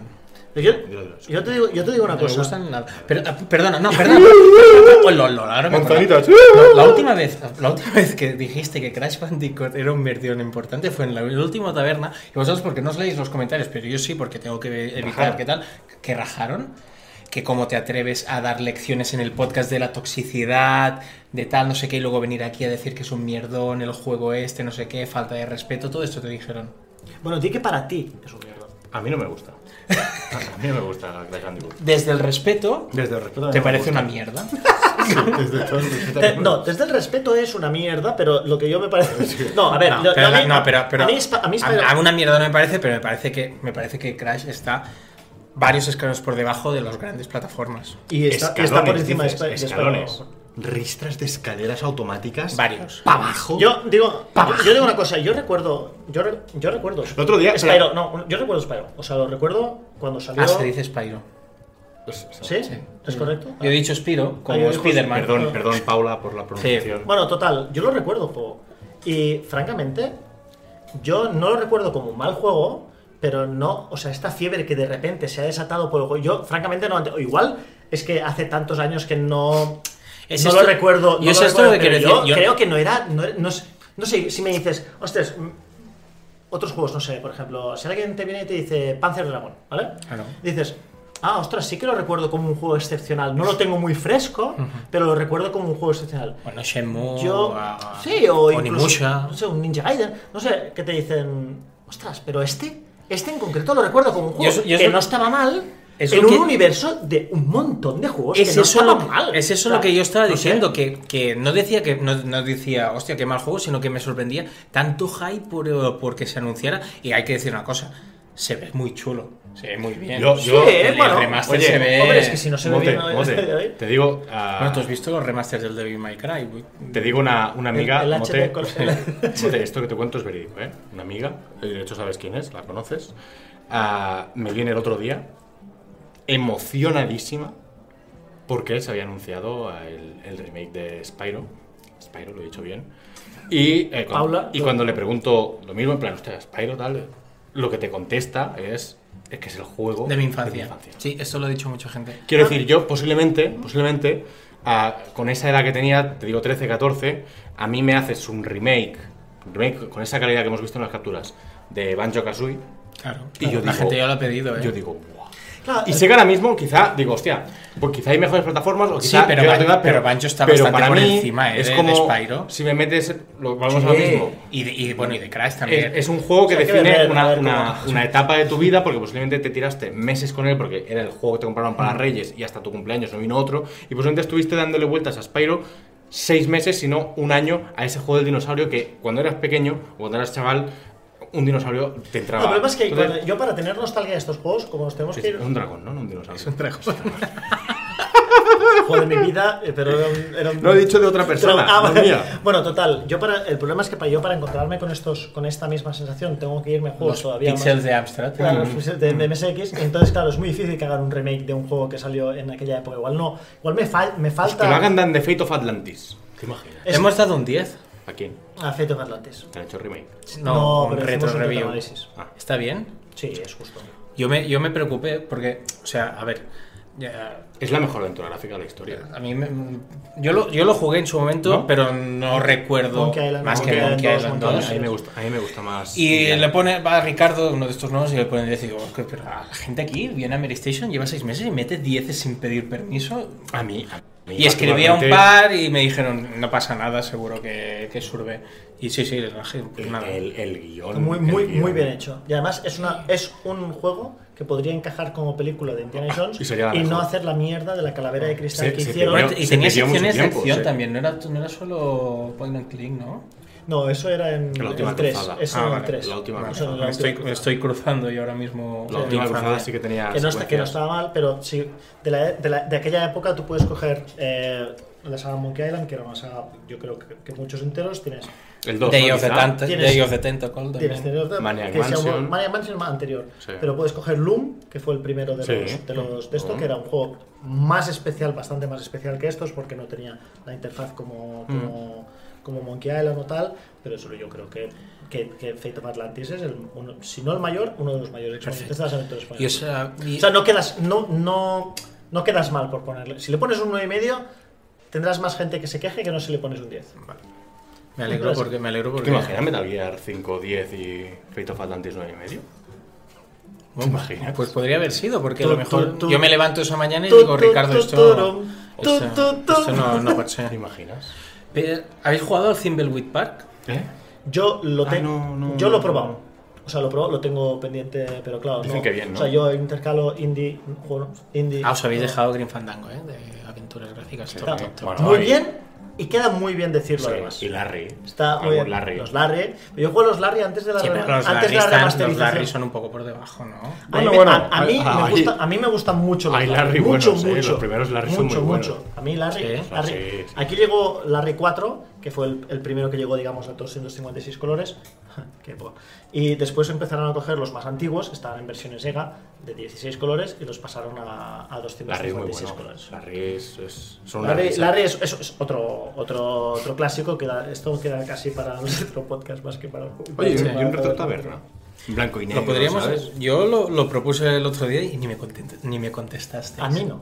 [SPEAKER 2] Yo,
[SPEAKER 1] Dilo, dilo,
[SPEAKER 2] yo te digo, yo te digo
[SPEAKER 3] No
[SPEAKER 2] una
[SPEAKER 3] me
[SPEAKER 2] cosa.
[SPEAKER 3] gustan nada. Pero, ah, perdona, no, perdona. Oh, lol, lol, ahora me acuerdo.
[SPEAKER 1] Manzanitas.
[SPEAKER 3] No, La última, vez, la última vez que dijiste que Crash Bandicoot era un merdión importante fue en la, la última taberna. Y vosotros, porque no os leéis los comentarios, pero yo sí, porque tengo que evitar
[SPEAKER 1] Rajaron.
[SPEAKER 3] que tal, que rajaron. Que cómo te atreves a dar lecciones en el podcast de la toxicidad, de tal, no sé qué, y luego venir aquí a decir que es un mierdón el juego este, no sé qué, falta de respeto, todo esto te dijeron.
[SPEAKER 2] Bueno, di que para ti es un mierda.
[SPEAKER 1] A mí no me gusta. A mí no me gusta Crash Bandicoot.
[SPEAKER 3] Desde el respeto,
[SPEAKER 1] Desde el respeto.
[SPEAKER 3] te parece una mierda.
[SPEAKER 1] mierda. Desde todo el respeto.
[SPEAKER 2] Te- no, desde el respeto es una mierda, pero lo que yo me parece. No, a ver,
[SPEAKER 3] No,
[SPEAKER 2] yo-
[SPEAKER 3] pero,
[SPEAKER 2] a mí-
[SPEAKER 3] no, pero- pero-
[SPEAKER 2] a mí, es pa- a mí es
[SPEAKER 3] a-
[SPEAKER 2] pa-
[SPEAKER 3] a una mierda no me parece, pero me parece que, me parece que Crash está varios escalones por debajo de las grandes plataformas.
[SPEAKER 2] Y está,
[SPEAKER 1] Escalones,
[SPEAKER 2] está por encima
[SPEAKER 1] dices,
[SPEAKER 2] de Sp- de
[SPEAKER 1] escalones.
[SPEAKER 2] Spider-Man.
[SPEAKER 1] Ristras de escaleras automáticas.
[SPEAKER 3] Varios.
[SPEAKER 1] Para abajo.
[SPEAKER 2] Yo digo,
[SPEAKER 1] Pa'
[SPEAKER 2] yo digo una cosa, yo recuerdo, yo, re- yo recuerdo.
[SPEAKER 1] El otro día-
[SPEAKER 2] Spyro, no, yo recuerdo Spyro, o sea, lo recuerdo cuando salió.
[SPEAKER 3] Ah, se dice Spyro.
[SPEAKER 1] Pues,
[SPEAKER 2] ¿Sí?
[SPEAKER 3] Sí.
[SPEAKER 2] ¿Es correcto?
[SPEAKER 3] Yo he dicho Spyro
[SPEAKER 2] Ah, yo
[SPEAKER 3] como
[SPEAKER 2] digo
[SPEAKER 3] Spiderman.
[SPEAKER 1] Perdón, perdón, Paula, por la pronunciación.
[SPEAKER 2] Bueno, total, yo lo recuerdo, po. Y francamente, yo no lo recuerdo como un mal juego, pero no, o sea, esta fiebre que de repente se ha desatado por el juego, yo francamente no, ent- o igual es que hace tantos años que no,
[SPEAKER 3] Es
[SPEAKER 2] no
[SPEAKER 3] esto-
[SPEAKER 2] lo recuerdo.
[SPEAKER 3] y
[SPEAKER 2] no
[SPEAKER 3] es
[SPEAKER 2] lo
[SPEAKER 3] esto lo
[SPEAKER 2] recuerdo,
[SPEAKER 3] que
[SPEAKER 2] pero
[SPEAKER 3] quiero decir, yo-
[SPEAKER 2] Yo creo que no era, no, era- no es- no sé, si me dices, ostras, mm, otros juegos, no sé, por ejemplo, si alguien te viene y te dice Panzer Dragon, ¿vale?
[SPEAKER 3] Claro.
[SPEAKER 2] Dices, ah, ostras, sí que lo recuerdo como un juego excepcional. No lo tengo muy fresco, pero lo recuerdo como un juego excepcional.
[SPEAKER 3] Bueno, Shenmue.
[SPEAKER 2] Yo.
[SPEAKER 3] a-
[SPEAKER 2] sí, o incluso,
[SPEAKER 3] Onimusha.
[SPEAKER 2] No sé, un Ninja Gaiden. No sé, que te dicen. Ostras, pero este. Este en concreto lo recuerdo como un
[SPEAKER 3] Yo
[SPEAKER 2] juego
[SPEAKER 3] eso- yo
[SPEAKER 2] que
[SPEAKER 3] eso-
[SPEAKER 2] no estaba mal.
[SPEAKER 3] es
[SPEAKER 2] en
[SPEAKER 3] lo
[SPEAKER 2] un
[SPEAKER 3] que-
[SPEAKER 2] universo de un montón de juegos
[SPEAKER 3] Es
[SPEAKER 2] que no
[SPEAKER 3] eso,
[SPEAKER 2] estaban
[SPEAKER 3] lo, que-
[SPEAKER 2] mal.
[SPEAKER 3] es eso
[SPEAKER 2] O sea,
[SPEAKER 3] lo que yo estaba
[SPEAKER 2] no sé.
[SPEAKER 3] diciendo, que, que no decía que no, no decía, hostia, qué mal juego, sino que me sorprendía tanto hype por, porque se anunciara. Y hay que decir una cosa, se ve muy chulo, se ve muy bien.
[SPEAKER 1] Yo-
[SPEAKER 2] Sí,
[SPEAKER 1] yo-
[SPEAKER 3] el
[SPEAKER 2] bueno,
[SPEAKER 3] remaster
[SPEAKER 1] oye,
[SPEAKER 3] se ve...
[SPEAKER 2] hombre, es que si no se ve
[SPEAKER 1] Mote,
[SPEAKER 2] bien. ¿no?
[SPEAKER 1] Mote,
[SPEAKER 2] Este de hoy.
[SPEAKER 1] te digo, ah,
[SPEAKER 3] Bueno, tú has visto los remasters del Devil May Cry. güey?
[SPEAKER 1] te digo una, una amiga,
[SPEAKER 2] El- el
[SPEAKER 1] Mote,
[SPEAKER 2] HD con- el
[SPEAKER 1] Mote, esto que te cuento es verídico, ¿eh? Una amiga, eh, de hecho sabes quién es, la conoces, ah, me viene el otro día emocionadísima porque se había anunciado ah, el, el remake de Spyro, Spyro lo he dicho bien, y, eh, cuando,
[SPEAKER 2] Paula,
[SPEAKER 1] y
[SPEAKER 2] lo-
[SPEAKER 1] cuando le pregunto lo mismo, en plan, hostia, Spyro tal, lo que te contesta es, es que es el juego
[SPEAKER 3] De mi infancia. Sí, esto lo ha dicho mucha gente.
[SPEAKER 1] Quiero decir, yo posiblemente, posiblemente, ah, con esa edad que tenía, te digo 13, 14, a mí me haces un remake, un remake con esa calidad que hemos visto en las capturas, de Banjo Kazooie.
[SPEAKER 3] Claro,
[SPEAKER 1] Y yo
[SPEAKER 3] la
[SPEAKER 1] digo-
[SPEAKER 3] gente ya lo ha pedido, ¿eh?
[SPEAKER 1] Yo digo, "Buah".
[SPEAKER 2] Claro,
[SPEAKER 1] Y sé que ahora mismo, quizá, digo, hostia, pues quizá hay mejores plataformas, o
[SPEAKER 3] Sí,
[SPEAKER 1] quizá.
[SPEAKER 3] pero
[SPEAKER 1] yo la
[SPEAKER 3] Ban-
[SPEAKER 1] tenga,
[SPEAKER 3] pero Banjo está bastante por encima, ¿eh?
[SPEAKER 1] Es
[SPEAKER 3] de- de
[SPEAKER 1] como.
[SPEAKER 3] Spyro.
[SPEAKER 1] Si me metes. Lo, vamos
[SPEAKER 3] Sí,
[SPEAKER 1] a lo mismo.
[SPEAKER 3] Y, de- y, bueno, y de Crash también.
[SPEAKER 1] Es, es un juego que
[SPEAKER 2] O sea, hay que
[SPEAKER 1] define
[SPEAKER 2] ver,
[SPEAKER 1] una,
[SPEAKER 2] a ver
[SPEAKER 1] una-
[SPEAKER 2] cómo-
[SPEAKER 1] una etapa de tu vida porque posiblemente te tiraste meses con él porque era el juego que te compraron para
[SPEAKER 2] Mm.
[SPEAKER 1] Reyes y hasta tu cumpleaños no vino otro y posiblemente estuviste dándole vueltas a Spyro seis meses, si no un año, a ese juego del dinosaurio que cuando eras pequeño o cuando eras chaval, un dinosaurio te
[SPEAKER 2] No,
[SPEAKER 1] entraba.
[SPEAKER 2] el problema es que
[SPEAKER 1] Entonces,
[SPEAKER 2] cuando- yo para tener nostalgia de estos juegos, como nos tenemos
[SPEAKER 1] sí,
[SPEAKER 2] que
[SPEAKER 1] sí,
[SPEAKER 2] ir
[SPEAKER 1] es un dragón, ¿no? No un dinosaurio.
[SPEAKER 2] juego de mi vida, eh, pero era un, era un-
[SPEAKER 1] Lo he dicho de otra persona,
[SPEAKER 2] Ah,
[SPEAKER 1] no
[SPEAKER 2] vale.
[SPEAKER 1] mía.
[SPEAKER 2] Bueno, total, yo para el problema es que para yo para encontrarme con estos con esta misma sensación tengo que irme a juegos
[SPEAKER 3] Los
[SPEAKER 2] todavía más-
[SPEAKER 3] pixels de Amstrad.
[SPEAKER 2] Claro, los pixels de, de MSX, entonces claro, es muy difícil que hagan un remake de un juego que salió en aquella época. Igual no, igual me, fal- me falta
[SPEAKER 1] Que lo hagan Dan de Fate of Atlantis. ¿Te imaginas?
[SPEAKER 2] es-
[SPEAKER 3] Hemos dado un 10.
[SPEAKER 1] ¿A quién?
[SPEAKER 2] a Fate of Atlantis.
[SPEAKER 1] ¿Te han hecho remake?
[SPEAKER 2] No,
[SPEAKER 3] un
[SPEAKER 2] pero hicimos
[SPEAKER 3] retro
[SPEAKER 2] un
[SPEAKER 3] review.
[SPEAKER 2] retroanálisis.
[SPEAKER 1] Ah.
[SPEAKER 3] ¿Está bien?
[SPEAKER 2] Sí, es justo.
[SPEAKER 3] Yo me, yo me preocupé porque, o sea, a ver, ya-
[SPEAKER 1] Es la mejor aventura gráfica de la historia.
[SPEAKER 3] a mí me- yo, lo, yo lo jugué en su momento,
[SPEAKER 1] ¿No?
[SPEAKER 3] pero no recuerdo
[SPEAKER 2] Monkey Island,
[SPEAKER 3] más
[SPEAKER 2] Monkey
[SPEAKER 3] que
[SPEAKER 2] Island
[SPEAKER 3] Monkey
[SPEAKER 2] 2,
[SPEAKER 3] Island
[SPEAKER 2] Monkey
[SPEAKER 3] 2.
[SPEAKER 1] A mí me gusta, a mí me gusta más.
[SPEAKER 3] Y
[SPEAKER 1] Indiana.
[SPEAKER 3] le pone, va a Ricardo, uno de estos nuevos, y le pone 10 y digo, "Oscar, pero la gente aquí viene a Mary Station, lleva 6 meses y mete 10 sin pedir permiso.
[SPEAKER 1] A mí. a mí
[SPEAKER 3] Y escribí a un
[SPEAKER 1] particularmente-
[SPEAKER 3] par y me dijeron, no pasa nada, seguro que, que surbe. Y sí, sí, la gente- pues
[SPEAKER 1] El,
[SPEAKER 3] nada.
[SPEAKER 1] el, el guión.
[SPEAKER 2] Muy,
[SPEAKER 1] el
[SPEAKER 2] muy,
[SPEAKER 1] guión.
[SPEAKER 2] muy bien hecho. Y además es, una, es un juego que podría encajar como película de Indiana Jones
[SPEAKER 1] y sería la
[SPEAKER 2] no
[SPEAKER 1] mejor.
[SPEAKER 2] hacer la mierda de la calavera de cristal
[SPEAKER 1] Se-
[SPEAKER 2] que
[SPEAKER 1] se
[SPEAKER 2] hicieron.
[SPEAKER 1] pidió-
[SPEAKER 3] Bueno, y
[SPEAKER 1] se
[SPEAKER 3] tenía
[SPEAKER 1] pidió mucho
[SPEAKER 3] secciones de
[SPEAKER 1] tiempo,
[SPEAKER 3] acción
[SPEAKER 1] sí.
[SPEAKER 3] también, no era, no era solo point and click, ¿no?
[SPEAKER 2] No, eso era en
[SPEAKER 1] La última
[SPEAKER 2] el 3.
[SPEAKER 1] cruzada.
[SPEAKER 2] Eso
[SPEAKER 3] Ah,
[SPEAKER 2] en el
[SPEAKER 3] vale,
[SPEAKER 2] 3.
[SPEAKER 1] la última
[SPEAKER 2] Eso
[SPEAKER 1] cruzada.
[SPEAKER 2] en
[SPEAKER 3] Me
[SPEAKER 2] la
[SPEAKER 3] estoy,
[SPEAKER 2] última
[SPEAKER 3] me estoy cruzando yo ahora mismo.
[SPEAKER 1] La
[SPEAKER 3] mi
[SPEAKER 1] última
[SPEAKER 3] infancia.
[SPEAKER 1] cruzada sí que tenía.
[SPEAKER 2] que no, está, que no
[SPEAKER 1] secuencias.
[SPEAKER 2] estaba mal, pero sí, de, la, de, la- de aquella época tú puedes coger eh, la saga Monkey Island, que era una saga, yo creo que, que muchos enteros tienes.
[SPEAKER 1] El 2.
[SPEAKER 3] Day, of the Tant-
[SPEAKER 2] Tienes- este
[SPEAKER 3] Day of the Tentacle
[SPEAKER 2] Tienes
[SPEAKER 3] también.
[SPEAKER 2] Theory of the-
[SPEAKER 1] Maniac
[SPEAKER 2] que se llamó-
[SPEAKER 1] Mansion.
[SPEAKER 2] Maniac Mansion más anterior.
[SPEAKER 1] Sí.
[SPEAKER 2] Pero puedes coger Loom, que fue el primero de
[SPEAKER 1] Sí.
[SPEAKER 2] los, de los de esto,
[SPEAKER 1] Mm.
[SPEAKER 2] que era un juego más especial, bastante más especial que estos, porque no tenía la interfaz como,
[SPEAKER 1] Mm.
[SPEAKER 2] como, como Monkey Island o tal. Pero solo yo creo que, que, que Fate of Atlantis es, el, uno- si no el mayor, uno de los mayores exponentes de las aventuras
[SPEAKER 3] Y, o
[SPEAKER 2] españolas.
[SPEAKER 3] sea, y-
[SPEAKER 2] O sea, no quedas, no, no, no quedas mal por ponerle. Si le pones un 9,5, tendrás más gente que se queje que no si le pones un 10.
[SPEAKER 3] me alegro porque me alegro
[SPEAKER 1] ¿Te
[SPEAKER 3] porque.
[SPEAKER 1] imaginas Metal Gear 5, 10 y Fate of Atlantis 9 y medio?
[SPEAKER 3] Bueno,
[SPEAKER 1] ¿Te imaginas?
[SPEAKER 3] Pues podría haber sido, porque
[SPEAKER 2] Tú,
[SPEAKER 3] a lo mejor
[SPEAKER 2] tú, tú.
[SPEAKER 3] yo me levanto esa mañana y
[SPEAKER 2] Tú,
[SPEAKER 3] digo,
[SPEAKER 2] tú,
[SPEAKER 3] Ricardo,
[SPEAKER 2] tú,
[SPEAKER 3] esto,
[SPEAKER 2] turum.
[SPEAKER 3] esto,
[SPEAKER 2] Tú, tú, tú.
[SPEAKER 3] esto no, pues no puede
[SPEAKER 1] ¿Te
[SPEAKER 3] ser.
[SPEAKER 1] imaginas?
[SPEAKER 3] Pero, ¿Habéis jugado al Thimbleweed Park?
[SPEAKER 1] ¿Eh?
[SPEAKER 2] Yo lo
[SPEAKER 1] Ah,
[SPEAKER 2] tengo.
[SPEAKER 1] no, no,
[SPEAKER 2] yo lo he
[SPEAKER 1] no.
[SPEAKER 2] probado. O sea, lo he probado, lo tengo pendiente, pero claro.
[SPEAKER 1] Dicen
[SPEAKER 2] no.
[SPEAKER 1] que bien, ¿no?
[SPEAKER 2] O sea, yo intercalo indie, juego indie.
[SPEAKER 3] Ah, os habéis dejado Green Fandango, ¿eh? De aventuras gráficas. todo
[SPEAKER 2] Claro.
[SPEAKER 3] tonto.
[SPEAKER 1] Bueno,
[SPEAKER 2] Muy
[SPEAKER 1] ahí.
[SPEAKER 2] bien, Y queda muy bien decirlo
[SPEAKER 1] Sí,
[SPEAKER 2] además.
[SPEAKER 1] y Larry.
[SPEAKER 2] Está muy
[SPEAKER 1] Algún
[SPEAKER 2] bien.
[SPEAKER 1] Larry.
[SPEAKER 2] Los Larry. Yo juego a los Larry antes de la,
[SPEAKER 3] Sí,
[SPEAKER 2] rema-
[SPEAKER 3] pero los
[SPEAKER 2] antes
[SPEAKER 3] Larry,
[SPEAKER 2] de la
[SPEAKER 3] están- los
[SPEAKER 2] remasterización.
[SPEAKER 3] Larry son un poco por debajo, ¿no?
[SPEAKER 2] A mí
[SPEAKER 1] Bueno,
[SPEAKER 2] me-
[SPEAKER 1] bueno,
[SPEAKER 2] a, a mí
[SPEAKER 1] ah,
[SPEAKER 2] me
[SPEAKER 1] ahí-
[SPEAKER 2] gusta, a mí me gustan mucho los
[SPEAKER 1] hay Larry
[SPEAKER 2] mucho,
[SPEAKER 1] buenos, eh,
[SPEAKER 2] mucho,
[SPEAKER 1] los primeros Larry son
[SPEAKER 2] mucho,
[SPEAKER 1] muy buenos.
[SPEAKER 2] mucho. A mí Larry,
[SPEAKER 3] Sí.
[SPEAKER 2] Larry-
[SPEAKER 1] Sí, sí.
[SPEAKER 2] aquí llegó Larry 4, que fue el, el primero que llegó, digamos, a 256 colores. Qué po- y después empezaron a coger los más antiguos, que estaban en versiones Sega, de 16 colores, y los pasaron a, a
[SPEAKER 1] Larry es muy
[SPEAKER 2] 256
[SPEAKER 1] bueno.
[SPEAKER 2] colores.
[SPEAKER 1] Larry es, es- son una
[SPEAKER 2] Larry,
[SPEAKER 1] risa.
[SPEAKER 2] Larry es, es- es otro, otro, otro clásico, que da- esto queda casi para nuestro podcast más que para...
[SPEAKER 1] Oye, y
[SPEAKER 2] para-
[SPEAKER 1] un- y un retro
[SPEAKER 2] para-
[SPEAKER 1] taberna. En Blanco y negro.
[SPEAKER 3] Lo podríamos,
[SPEAKER 1] ¿sabes?
[SPEAKER 3] yo lo, lo propuse el otro día y ni me, content- ni me contestaste.
[SPEAKER 2] A mí no.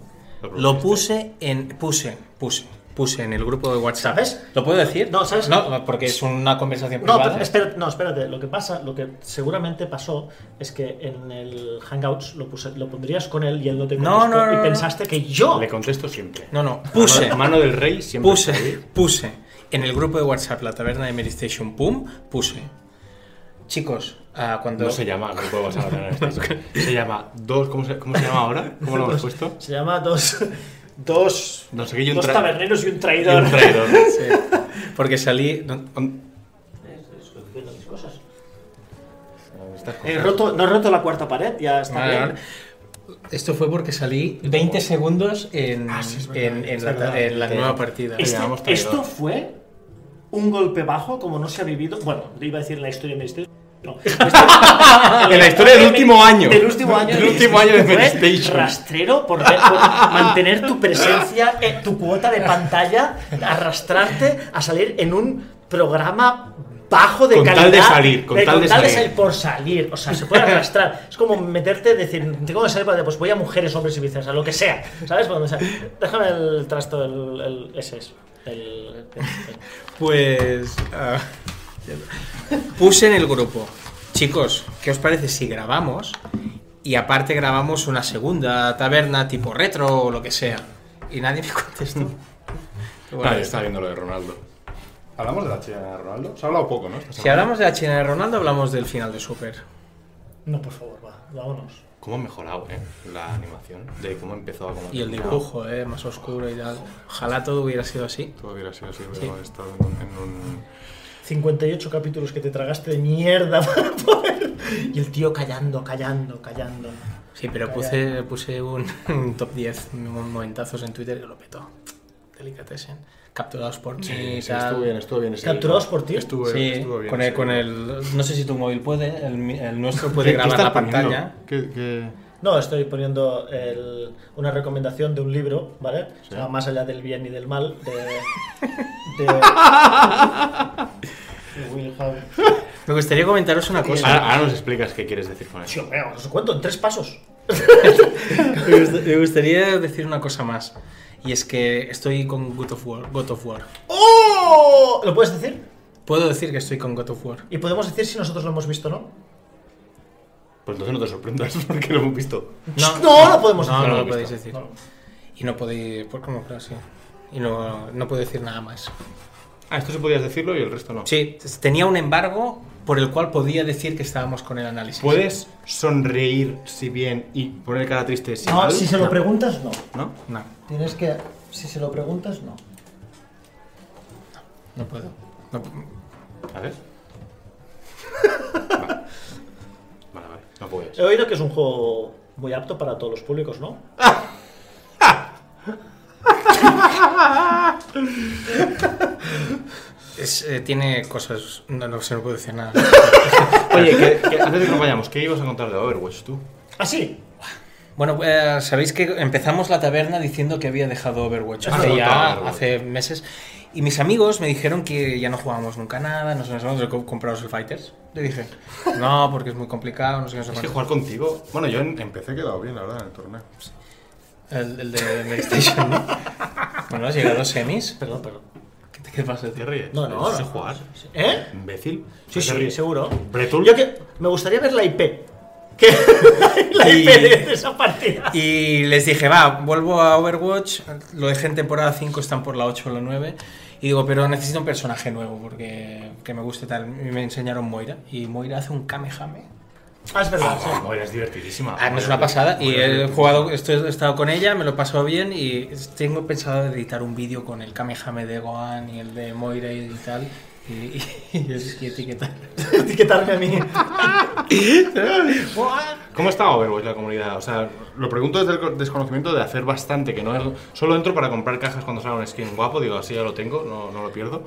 [SPEAKER 3] Lo puse en. Puse, puse, puse en el grupo de WhatsApp.
[SPEAKER 2] ¿Sabes?
[SPEAKER 3] ¿Lo puedo decir?
[SPEAKER 2] No, ¿sabes?
[SPEAKER 3] No, porque es una conversación
[SPEAKER 2] No,
[SPEAKER 3] privada.
[SPEAKER 2] pero espera- no, espérate, lo que pasa, lo que seguramente pasó es que en el Hangouts lo, puse- lo pondrías con él y él no te
[SPEAKER 3] No,
[SPEAKER 2] contestó
[SPEAKER 3] no, no,
[SPEAKER 2] y
[SPEAKER 3] no.
[SPEAKER 2] pensaste que yo...
[SPEAKER 1] Le contesto siempre.
[SPEAKER 3] No, no, puse.
[SPEAKER 1] Mano, mano del rey siempre. está
[SPEAKER 3] Puse,
[SPEAKER 1] ahí.
[SPEAKER 3] puse en el grupo de WhatsApp la taberna de Mary Station Pum, puse. Chicos, ah, cuando.
[SPEAKER 1] No se llama, no puedo pasar a tener esto. Se llama dos, ¿cómo se, cómo se llama ahora? ¿Cómo lo hemos puesto?
[SPEAKER 2] Se llama dos... Dos...
[SPEAKER 1] No sé qué, y un
[SPEAKER 2] dos
[SPEAKER 1] tra-
[SPEAKER 2] taberneros y un
[SPEAKER 1] Y
[SPEAKER 2] traidor.
[SPEAKER 1] un traidor.
[SPEAKER 3] Sí, porque salí. no,
[SPEAKER 1] Estas
[SPEAKER 2] He
[SPEAKER 1] cosas.
[SPEAKER 2] roto, no he roto la cuarta pared, ya está
[SPEAKER 1] Ah,
[SPEAKER 3] Vale,
[SPEAKER 2] bien.
[SPEAKER 3] vale. Esto fue porque salí 20 segundos en,
[SPEAKER 1] Ah, sí, es verdad,
[SPEAKER 3] en, en
[SPEAKER 1] es
[SPEAKER 3] la,
[SPEAKER 1] verdad.
[SPEAKER 3] en la
[SPEAKER 1] Te-
[SPEAKER 3] nueva partida.
[SPEAKER 1] Es-
[SPEAKER 2] Este-
[SPEAKER 1] llamamos traidor.
[SPEAKER 2] esto fue un golpe bajo como no se ha vivido. Bueno, iba a decir en la historia de Mary No. Esto-
[SPEAKER 1] En la historia del último año.
[SPEAKER 2] Del último año.
[SPEAKER 1] Del último año de
[SPEAKER 2] Fue
[SPEAKER 1] PlayStation.
[SPEAKER 2] Rastrero por, ver- por mantener tu presencia, eh, tu cuota de pantalla, arrastrarte a salir en un programa bajo de
[SPEAKER 1] Con tal
[SPEAKER 2] calidad.
[SPEAKER 1] de salir, con
[SPEAKER 2] eh,
[SPEAKER 1] tal de salir.
[SPEAKER 2] por salir, o sea, se puede arrastrar. Es como meterte, decir, tengo que salir, vale, pues voy a mujeres, hombres y viceversa, lo que sea, ¿sabes? Por donde sea. Déjame el trasto, el, el- ese es. el- el- el-
[SPEAKER 3] Pues. ah, puse en el grupo. Chicos, ¿qué os parece si grabamos? Y aparte grabamos una segunda taberna tipo retro o lo que sea. Y nadie me contestó. Bueno,
[SPEAKER 1] Nadie está viendo lo de Ronaldo. ¿Hablamos de la china de Ronaldo? Se ha hablado poco, ¿no? Esta
[SPEAKER 3] si
[SPEAKER 1] semana.
[SPEAKER 3] hablamos de la China de Ronaldo, hablamos del final de Super.
[SPEAKER 2] No, por favor, va, vámonos.
[SPEAKER 1] ¿Cómo ha mejorado, eh? La animación. De cómo empezó a cómo
[SPEAKER 3] Y el
[SPEAKER 1] terminó.
[SPEAKER 3] dibujo, ¿eh? más oscuro y tal. Ojalá todo hubiera sido así.
[SPEAKER 1] Todo hubiera sido así,
[SPEAKER 3] Sí.
[SPEAKER 1] pero he estado en un- en un
[SPEAKER 2] 58 capítulos que te tragaste de mierda para poder- Y el tío callando, callando, callando.
[SPEAKER 3] Sí, pero puse, puse un, un top 10 momentazos en Twitter y lo petó. Delicatessen. Capturados por mí y tal.
[SPEAKER 1] estuvo bien, estuvo bien. ese
[SPEAKER 2] ¿Capturados
[SPEAKER 1] día.
[SPEAKER 2] por ti?
[SPEAKER 1] Estuvo,
[SPEAKER 3] Sí,
[SPEAKER 1] estuvo bien.
[SPEAKER 3] con, el,
[SPEAKER 1] ese
[SPEAKER 3] con
[SPEAKER 1] día.
[SPEAKER 3] el- No sé si tu móvil puede, el, mi- el nuestro
[SPEAKER 1] ¿Qué-
[SPEAKER 3] puede
[SPEAKER 1] qué
[SPEAKER 3] grabar
[SPEAKER 1] estás
[SPEAKER 3] la
[SPEAKER 1] poniendo?
[SPEAKER 3] pantalla.
[SPEAKER 1] ¿Qué- qué-
[SPEAKER 2] No, estoy poniendo el- una recomendación de un libro, ¿vale?
[SPEAKER 1] Sí.
[SPEAKER 2] Se llama Más allá del bien y del mal, de. de. de Will Ham.
[SPEAKER 3] Me gustaría comentaros una cosa.
[SPEAKER 1] Ahora, ahora nos explicas qué quieres decir con eso.
[SPEAKER 2] Tío, pero os lo cuento en tres pasos.
[SPEAKER 3] me, gust- me gustaría decir una cosa más. Y es que estoy con God of War. God of War.
[SPEAKER 2] ¡Oh! ¿Lo puedes decir?
[SPEAKER 3] Puedo decir que estoy con God of War.
[SPEAKER 2] Y podemos decir si nosotros lo hemos visto o no.
[SPEAKER 1] Pues entonces no te sorprendas porque lo hemos visto.
[SPEAKER 2] No, no lo podemos
[SPEAKER 3] no,
[SPEAKER 1] No
[SPEAKER 3] No,
[SPEAKER 2] decir.
[SPEAKER 1] lo
[SPEAKER 3] lo
[SPEAKER 1] he
[SPEAKER 3] podéis
[SPEAKER 1] visto.
[SPEAKER 3] decir.
[SPEAKER 2] No.
[SPEAKER 3] Y no podéis. ¿Por cómo? Claro, sí. Y no, no puedo decir nada más.
[SPEAKER 1] Ah, esto sí podías decirlo y el resto no.
[SPEAKER 3] Sí, tenía un embargo por el cual podía decir que estábamos con el análisis.
[SPEAKER 1] ¿Puedes sonreír si bien y poner cara triste si
[SPEAKER 2] No,
[SPEAKER 1] mal?
[SPEAKER 2] si se lo preguntas, no.
[SPEAKER 1] ¿No?
[SPEAKER 3] No,
[SPEAKER 2] Tienes que. Si se lo preguntas, no.
[SPEAKER 3] no puedo. No-
[SPEAKER 1] A ver. Vale, vale, vale. No puedes.
[SPEAKER 2] He oído que es un juego muy apto para todos los públicos, ¿no?
[SPEAKER 3] es, eh, tiene cosas. No, no se no puedo decir nada.
[SPEAKER 1] Oye, que, que antes de que nos vayamos, ¿qué ibas a contar de Overwatch tú?
[SPEAKER 2] ¿Ah, sí?
[SPEAKER 3] Bueno, eh, sabéis que empezamos la taberna diciendo que había dejado Overwatch
[SPEAKER 1] Ah,
[SPEAKER 3] hace
[SPEAKER 1] no,
[SPEAKER 3] ya
[SPEAKER 1] claro, Overwatch.
[SPEAKER 3] hace meses. Y mis amigos me dijeron que ya no jugábamos nunca nada, no sé, nos habíamos co- comprado el Fighters. Le dije, no, porque es muy complicado, no sé qué, no sé
[SPEAKER 1] Es que
[SPEAKER 3] cuánto".
[SPEAKER 1] jugar contigo. Bueno, yo en- empecé he quedado bien, la verdad, en el torneo.
[SPEAKER 3] El, el de PlayStation, ¿no? Bueno, has llegado a semis.
[SPEAKER 2] Perdón, perdón.
[SPEAKER 3] ¿Qué, te- qué pasa,
[SPEAKER 1] ¿Te
[SPEAKER 3] tío?
[SPEAKER 1] ríes?
[SPEAKER 2] No, no,
[SPEAKER 1] sé
[SPEAKER 2] no.
[SPEAKER 1] jugar.
[SPEAKER 2] ¿Eh?
[SPEAKER 1] Imbécil.
[SPEAKER 2] Sí,
[SPEAKER 1] ¿Te
[SPEAKER 2] sí,
[SPEAKER 1] ríes?
[SPEAKER 2] seguro.
[SPEAKER 1] Bretul.
[SPEAKER 2] Yo que me gustaría ver la IP. ¿Qué? la IP de esa partida.
[SPEAKER 3] Y les dije, va, vuelvo a Overwatch, lo dejé en temporada 5, están por la 8 o la 9. Y digo, pero necesito un personaje nuevo porque que me guste tal. Y me enseñaron Moira. Y Moira hace un Kamehame.
[SPEAKER 2] Ah, es verdad. sí.
[SPEAKER 1] Ah, no, es divertidísima.
[SPEAKER 3] Ah, no es una pasada. Y he jugado, estoy, he estado con ella, me lo he pasado bien y tengo pensado editar un vídeo con el Kamehame de Gohan y el de Moira y tal. Y, y- y es- y etiquetar.
[SPEAKER 2] Etiquetarme a mí.
[SPEAKER 1] ¿Cómo está Overwatch la comunidad? O sea, lo pregunto desde el co- desconocimiento de hacer bastante, que no es... Solo entro para comprar cajas cuando sale un skin guapo, digo, así ya lo tengo, no, no lo pierdo.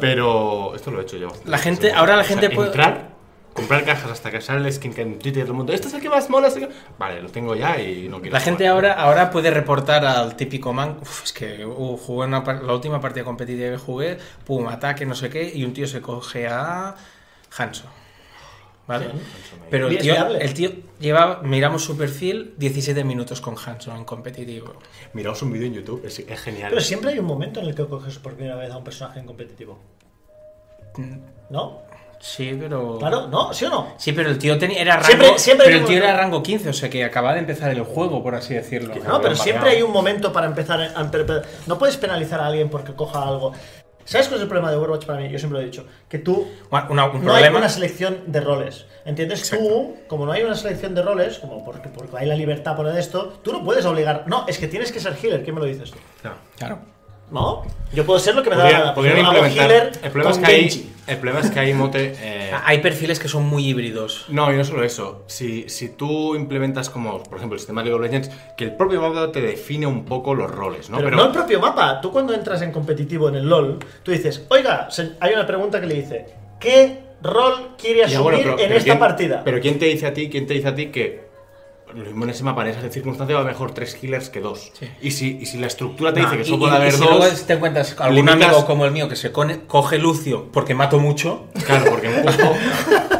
[SPEAKER 1] Pero esto lo he hecho yo. bastante,
[SPEAKER 3] La gente-
[SPEAKER 1] seguro.
[SPEAKER 3] ahora la
[SPEAKER 1] O sea,
[SPEAKER 3] gente puede-
[SPEAKER 1] Entrar, comprar cajas hasta que sale el skin que en Twitter todo el mundo, este es el que más mola, este que-". Vale, lo tengo ya y no quiero
[SPEAKER 3] La gente
[SPEAKER 1] jugar.
[SPEAKER 3] ahora, ahora puede reportar al típico man. Uf, es que uh, jugué una par- la última partida competitiva que jugué, pum, ataque, no sé qué, y un tío se coge a Hanso. ¿Vale? Pero el
[SPEAKER 2] Bien,
[SPEAKER 3] tío,
[SPEAKER 2] fiable.
[SPEAKER 3] el tío llevaba, miramos su perfil, 17 minutos con Hanso en competitivo.
[SPEAKER 1] Miraos un vídeo en YouTube, es, es genial.
[SPEAKER 2] Pero siempre hay un momento en el que coges por primera vez a un personaje en competitivo. ¿No?
[SPEAKER 3] Sí, pero.
[SPEAKER 2] Claro, ¿no? ¿Sí o no?
[SPEAKER 3] Sí, pero el tío tenía, era rango,
[SPEAKER 2] Siempre- siempre
[SPEAKER 3] pero
[SPEAKER 2] hay
[SPEAKER 3] el tío
[SPEAKER 2] un-
[SPEAKER 3] era rango 15, o sea que acababa de empezar el juego, por así decirlo.
[SPEAKER 1] Quizá.
[SPEAKER 2] No, pero
[SPEAKER 1] Bien
[SPEAKER 2] siempre
[SPEAKER 1] variado.
[SPEAKER 2] hay un momento para empezar. a- pero- pero No puedes penalizar a alguien porque coja algo. ¿Sabes cuál es el problema de Overwatch para mí? Yo siempre lo he dicho. Que tú
[SPEAKER 3] Bueno, una- un
[SPEAKER 2] no hay
[SPEAKER 3] problema.
[SPEAKER 2] una selección de roles. ¿Entiendes? Tú, como no hay una selección de roles, como porque, porque hay la libertad por esto, tú no puedes obligar. No, es que tienes que ser healer. ¿Quién me lo dices tú?
[SPEAKER 1] No.
[SPEAKER 3] Claro.
[SPEAKER 2] No, yo puedo ser lo que me da
[SPEAKER 1] Podrían,
[SPEAKER 2] la gana. pues,
[SPEAKER 1] podrían
[SPEAKER 2] Yo hago
[SPEAKER 1] implementar.
[SPEAKER 2] healer
[SPEAKER 1] El problema, es
[SPEAKER 2] con
[SPEAKER 1] que hay,
[SPEAKER 2] Genji.
[SPEAKER 1] el problema es que hay mote. eh,
[SPEAKER 3] Hay perfiles que son muy híbridos.
[SPEAKER 1] no, y no solo eso. Si, si tú implementas como, por ejemplo, el sistema League of Legends, que el propio mapa te define un poco los roles, ¿no?
[SPEAKER 2] Pero, no el propio mapa. Tú cuando entras en competitivo en el LOL, tú dices, oiga, se- hay una pregunta que le dice, ¿qué rol quiere
[SPEAKER 1] Ya,
[SPEAKER 2] asumir
[SPEAKER 1] bueno, pero-
[SPEAKER 2] en
[SPEAKER 1] pero
[SPEAKER 2] esta
[SPEAKER 1] ¿quién-
[SPEAKER 2] partida?
[SPEAKER 1] Pero ¿quién te dice a ti, quién te dice a ti que lo mismo en ese mapa, en esa circunstancia, va mejor tres healers que dos?
[SPEAKER 3] Sí.
[SPEAKER 1] Y, si, y si la estructura te
[SPEAKER 3] No,
[SPEAKER 1] dice que
[SPEAKER 3] y-
[SPEAKER 1] solo
[SPEAKER 3] y-
[SPEAKER 1] puede
[SPEAKER 3] y
[SPEAKER 1] haber
[SPEAKER 3] si
[SPEAKER 1] dos.
[SPEAKER 3] luego este- te encuentras algún
[SPEAKER 1] limitas-
[SPEAKER 3] amigo como el mío que se cone- coge Lucio porque mato mucho.
[SPEAKER 1] Claro, porque en un juego,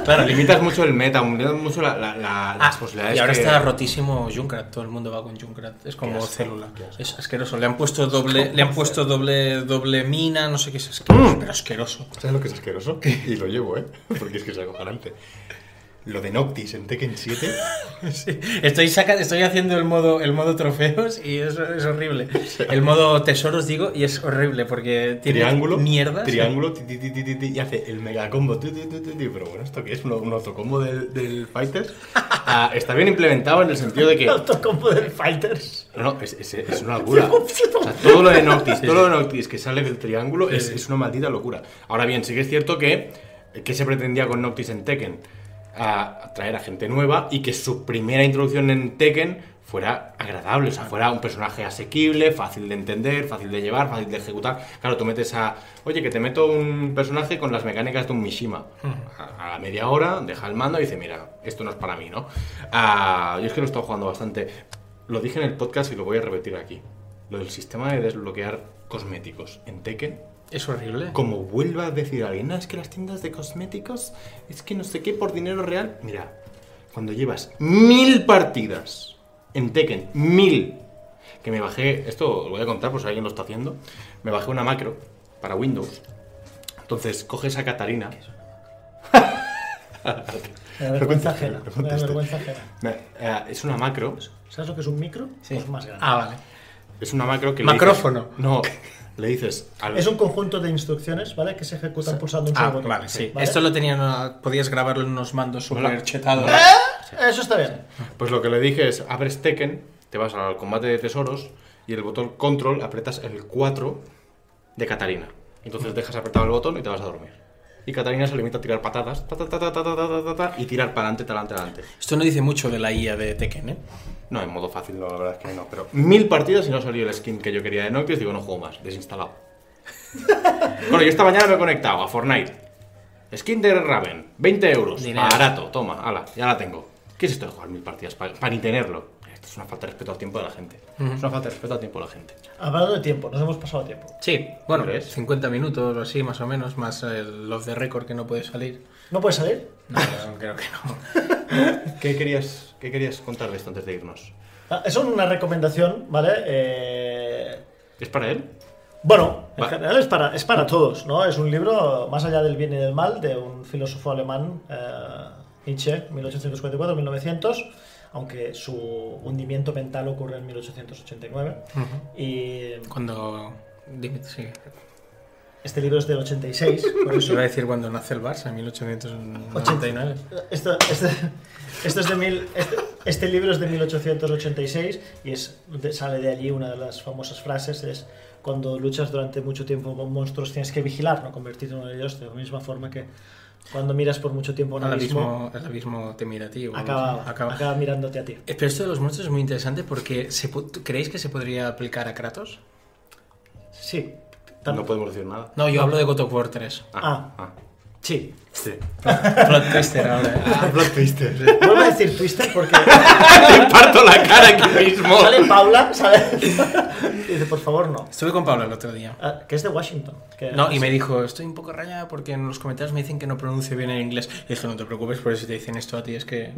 [SPEAKER 1] claro, limitas mucho el meta, limitas mucho la- la- pues la- las
[SPEAKER 3] Ah,
[SPEAKER 1] posibilidades.
[SPEAKER 3] y ahora
[SPEAKER 1] que-
[SPEAKER 3] está rotísimo Junkrat, todo el mundo va con Junkrat, es como
[SPEAKER 1] Qué asco,
[SPEAKER 3] célula,
[SPEAKER 1] qué asco.
[SPEAKER 3] es asqueroso, le han puesto doble, le han puesto doble, doble mina, no sé qué es
[SPEAKER 1] Mm.
[SPEAKER 3] asqueroso, pero asqueroso.
[SPEAKER 1] ¿Sabes lo que es asqueroso? Y lo llevo, ¿eh? Porque es que es acojonante. Lo de Noctis en Tekken 7.
[SPEAKER 3] Sí, Estoy, saca- estoy haciendo el modo, el modo trofeos y es, es horrible. El modo tesoros, digo, y es horrible porque tiene
[SPEAKER 1] triángulo.
[SPEAKER 3] mierdas.
[SPEAKER 1] Triángulo. ti, ti, ti, ti, ti, ti, y hace el megacombo. ti, ti, ti, ti, ti, Pero bueno, ¿esto qué es? ¿Un, un autocombo del, del Fighters? Ah, está bien implementado en el sentido de que. No,
[SPEAKER 2] Autocombo del Fighters.
[SPEAKER 1] no, es, es- es una locura. O sea, todo lo de Noctis, todo lo de Noctis que sale del triángulo es, es una maldita locura. Ahora bien, sí que es cierto que. ¿Qué se pretendía con Noctis en Tekken? A, traer a gente nueva y que su primera introducción en Tekken fuera agradable, o sea, fuera un personaje asequible, fácil de entender, fácil de llevar, fácil de ejecutar. Claro, tú metes a, oye, que te meto un personaje con las mecánicas de un Mishima. A, a la media hora deja el mando y dice, mira, esto no es para mí, ¿no? Ah, yo es que lo he estado jugando bastante. Lo dije en el podcast y lo voy a repetir aquí. Lo del sistema de desbloquear cosméticos en Tekken
[SPEAKER 3] Es horrible.
[SPEAKER 1] como vuelva a decir alguien, no, es que las tiendas de cosméticos, es que no sé qué, por dinero real. Mira, cuando llevas mil partidas en Tekken, mil, que me bajé, esto lo voy a contar por si alguien lo está haciendo, me bajé una macro para Windows. Entonces coges a Catarina.
[SPEAKER 2] Me da vergüenza ajena.
[SPEAKER 1] No
[SPEAKER 2] Me da
[SPEAKER 1] contestes.
[SPEAKER 2] vergüenza ajena.
[SPEAKER 1] me- eh, es una macro.
[SPEAKER 2] ¿Sabes lo que es un micro?
[SPEAKER 3] Sí.
[SPEAKER 2] Pues más grande.
[SPEAKER 3] Ah, vale.
[SPEAKER 1] Es una macro que
[SPEAKER 3] Macrófono.
[SPEAKER 1] le dices. No, le dices. al-
[SPEAKER 2] Es un conjunto de instrucciones, ¿vale? Que se ejecutan pulsando un
[SPEAKER 3] Ah,
[SPEAKER 2] solo botón.
[SPEAKER 3] vale, sí. Esto lo tenían, ah, podías grabarlo en unos mandos super
[SPEAKER 1] Mola.
[SPEAKER 3] chetados.
[SPEAKER 2] Eh, Eso está bien.
[SPEAKER 1] Pues lo que le dije es, abres Tekken, te vas al combate de tesoros y el botón control apretas el 4 de Catarina. Entonces dejas apretado el botón y te vas a dormir. Y Catarina se limita a tirar patadas ta, ta, ta, ta, ta, ta, ta, ta, ta, y tirar para adelante, para adelante, adelante.
[SPEAKER 3] Esto no dice mucho de la IA de Tekken, ¿eh?
[SPEAKER 1] No, en modo fácil, no, la verdad es que no. Pero mil partidas y no salió el skin que yo quería de Noctis. Digo, no juego más, desinstalado. bueno, yo esta mañana me he conectado a Fortnite. Skin de Raven, 20 euros.
[SPEAKER 3] Dinero.
[SPEAKER 1] Barato, toma, ala, ya la tengo. ¿Qué es esto de jugar mil partidas para, ni tenerlo? Esto es una falta de respeto al tiempo de la gente. Es una falta de respeto al tiempo de la gente.
[SPEAKER 2] Hablando de tiempo, nos hemos pasado tiempo.
[SPEAKER 3] Sí, bueno,
[SPEAKER 1] ¿Crees?
[SPEAKER 3] 50 minutos o así, más o menos, más el off the record que no puede salir.
[SPEAKER 2] ¿No puedes salir?
[SPEAKER 3] No, no, creo que no.
[SPEAKER 1] ¿Qué querías, qué querías contar de esto antes de irnos?
[SPEAKER 2] Ah, Es una recomendación, ¿vale? Eh,
[SPEAKER 1] ¿Es para él?
[SPEAKER 2] Bueno, en
[SPEAKER 1] Va.
[SPEAKER 2] general es para, es para todos, ¿no? Es un libro, más allá del bien y del mal, de un filósofo alemán, eh, Nietzsche, 1844-1900, aunque su hundimiento mental ocurre en 1889. Y
[SPEAKER 3] Cuando... Dime, sí.
[SPEAKER 2] Este libro es del 86, por eso.
[SPEAKER 3] Iba a decir cuando nace el Barça, en 1889.
[SPEAKER 2] Esto, esto- esto es de mil- este, este libro es de 1886 y es, de- sale de allí una de las famosas frases, es cuando luchas durante mucho tiempo con monstruos tienes que vigilar, no convertirte en uno de ellos, de la misma forma que cuando miras por mucho tiempo a un
[SPEAKER 3] El
[SPEAKER 2] abismo,
[SPEAKER 3] abismo, el abismo te mira a ti. o algo
[SPEAKER 2] acaba,
[SPEAKER 3] así. Acaba.
[SPEAKER 2] acaba mirándote a ti.
[SPEAKER 3] Eh, Pero esto de los monstruos es muy interesante porque se pu- ¿tú ¿creéis que se podría aplicar a Kratos?
[SPEAKER 2] Sí. Tam-
[SPEAKER 1] No podemos decir nada.
[SPEAKER 3] No, yo hablo de God of War 3.
[SPEAKER 2] Ah.
[SPEAKER 1] ah.
[SPEAKER 2] Sí.
[SPEAKER 1] Sí.
[SPEAKER 3] Plot twister ahora. eh.
[SPEAKER 2] Vuelvo a decir Twister porque
[SPEAKER 1] Te parto la cara aquí mismo.
[SPEAKER 2] sale Paula, sale... y dice, por favor, no.
[SPEAKER 3] Estuve con Pablo el otro día.
[SPEAKER 2] Ah, que es de Washington. que-
[SPEAKER 3] No, y me dijo, estoy un poco rayada porque en los comentarios me dicen que no pronuncio bien el inglés. Y dije, no te preocupes, por si te dicen esto a ti es que...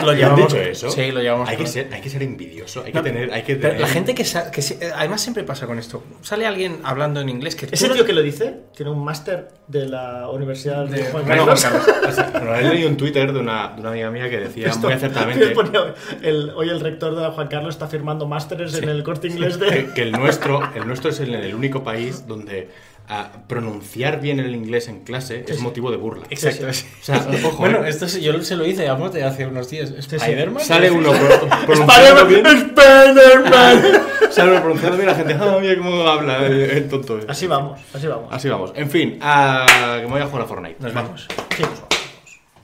[SPEAKER 3] lo
[SPEAKER 1] ¿Le han
[SPEAKER 3] llevamos...
[SPEAKER 1] dicho eso?
[SPEAKER 3] Sí, lo llevamos...
[SPEAKER 1] Hay que
[SPEAKER 3] con-
[SPEAKER 1] ser, hay que ser envidioso, hay que
[SPEAKER 3] No,
[SPEAKER 1] tener, hay que
[SPEAKER 3] pero
[SPEAKER 1] tener.
[SPEAKER 3] la gente que, sa- que se- eh, además siempre pasa con esto sale alguien hablando en inglés que
[SPEAKER 2] Ese tío que lo dice tiene un máster de la Universidad de,
[SPEAKER 3] De-
[SPEAKER 2] Juan
[SPEAKER 3] Bueno,
[SPEAKER 2] Carlos.
[SPEAKER 3] Juan
[SPEAKER 1] O sea, pero he leído un Twitter de una, de una amiga mía que decía
[SPEAKER 2] Esto-
[SPEAKER 1] muy acertadamente
[SPEAKER 2] que ponía el- hoy el rector de la Juan Carlos está firmando másteres en el corte inglés
[SPEAKER 1] que,
[SPEAKER 2] de.
[SPEAKER 1] que el nuestro, el nuestro es el, el único país donde ah, pronunciar bien el inglés en clase es motivo de burla.
[SPEAKER 3] exacto
[SPEAKER 2] Sí,
[SPEAKER 1] O sea, ojo,
[SPEAKER 3] bueno
[SPEAKER 1] eh.
[SPEAKER 3] esto sí, yo se lo hice a Mote hace unos días Spiderman
[SPEAKER 1] sale uno pro- pronunciando bien.
[SPEAKER 2] Spider-Man.
[SPEAKER 1] Sale uno pronunciando bien la gente. Ah, mira cómo habla el, el tonto. este".
[SPEAKER 2] Así vamos, así vamos.
[SPEAKER 1] Así vamos. En fin, ah, que me voy a jugar a Fortnite.
[SPEAKER 3] nos vamos
[SPEAKER 2] Sí, pues vamos.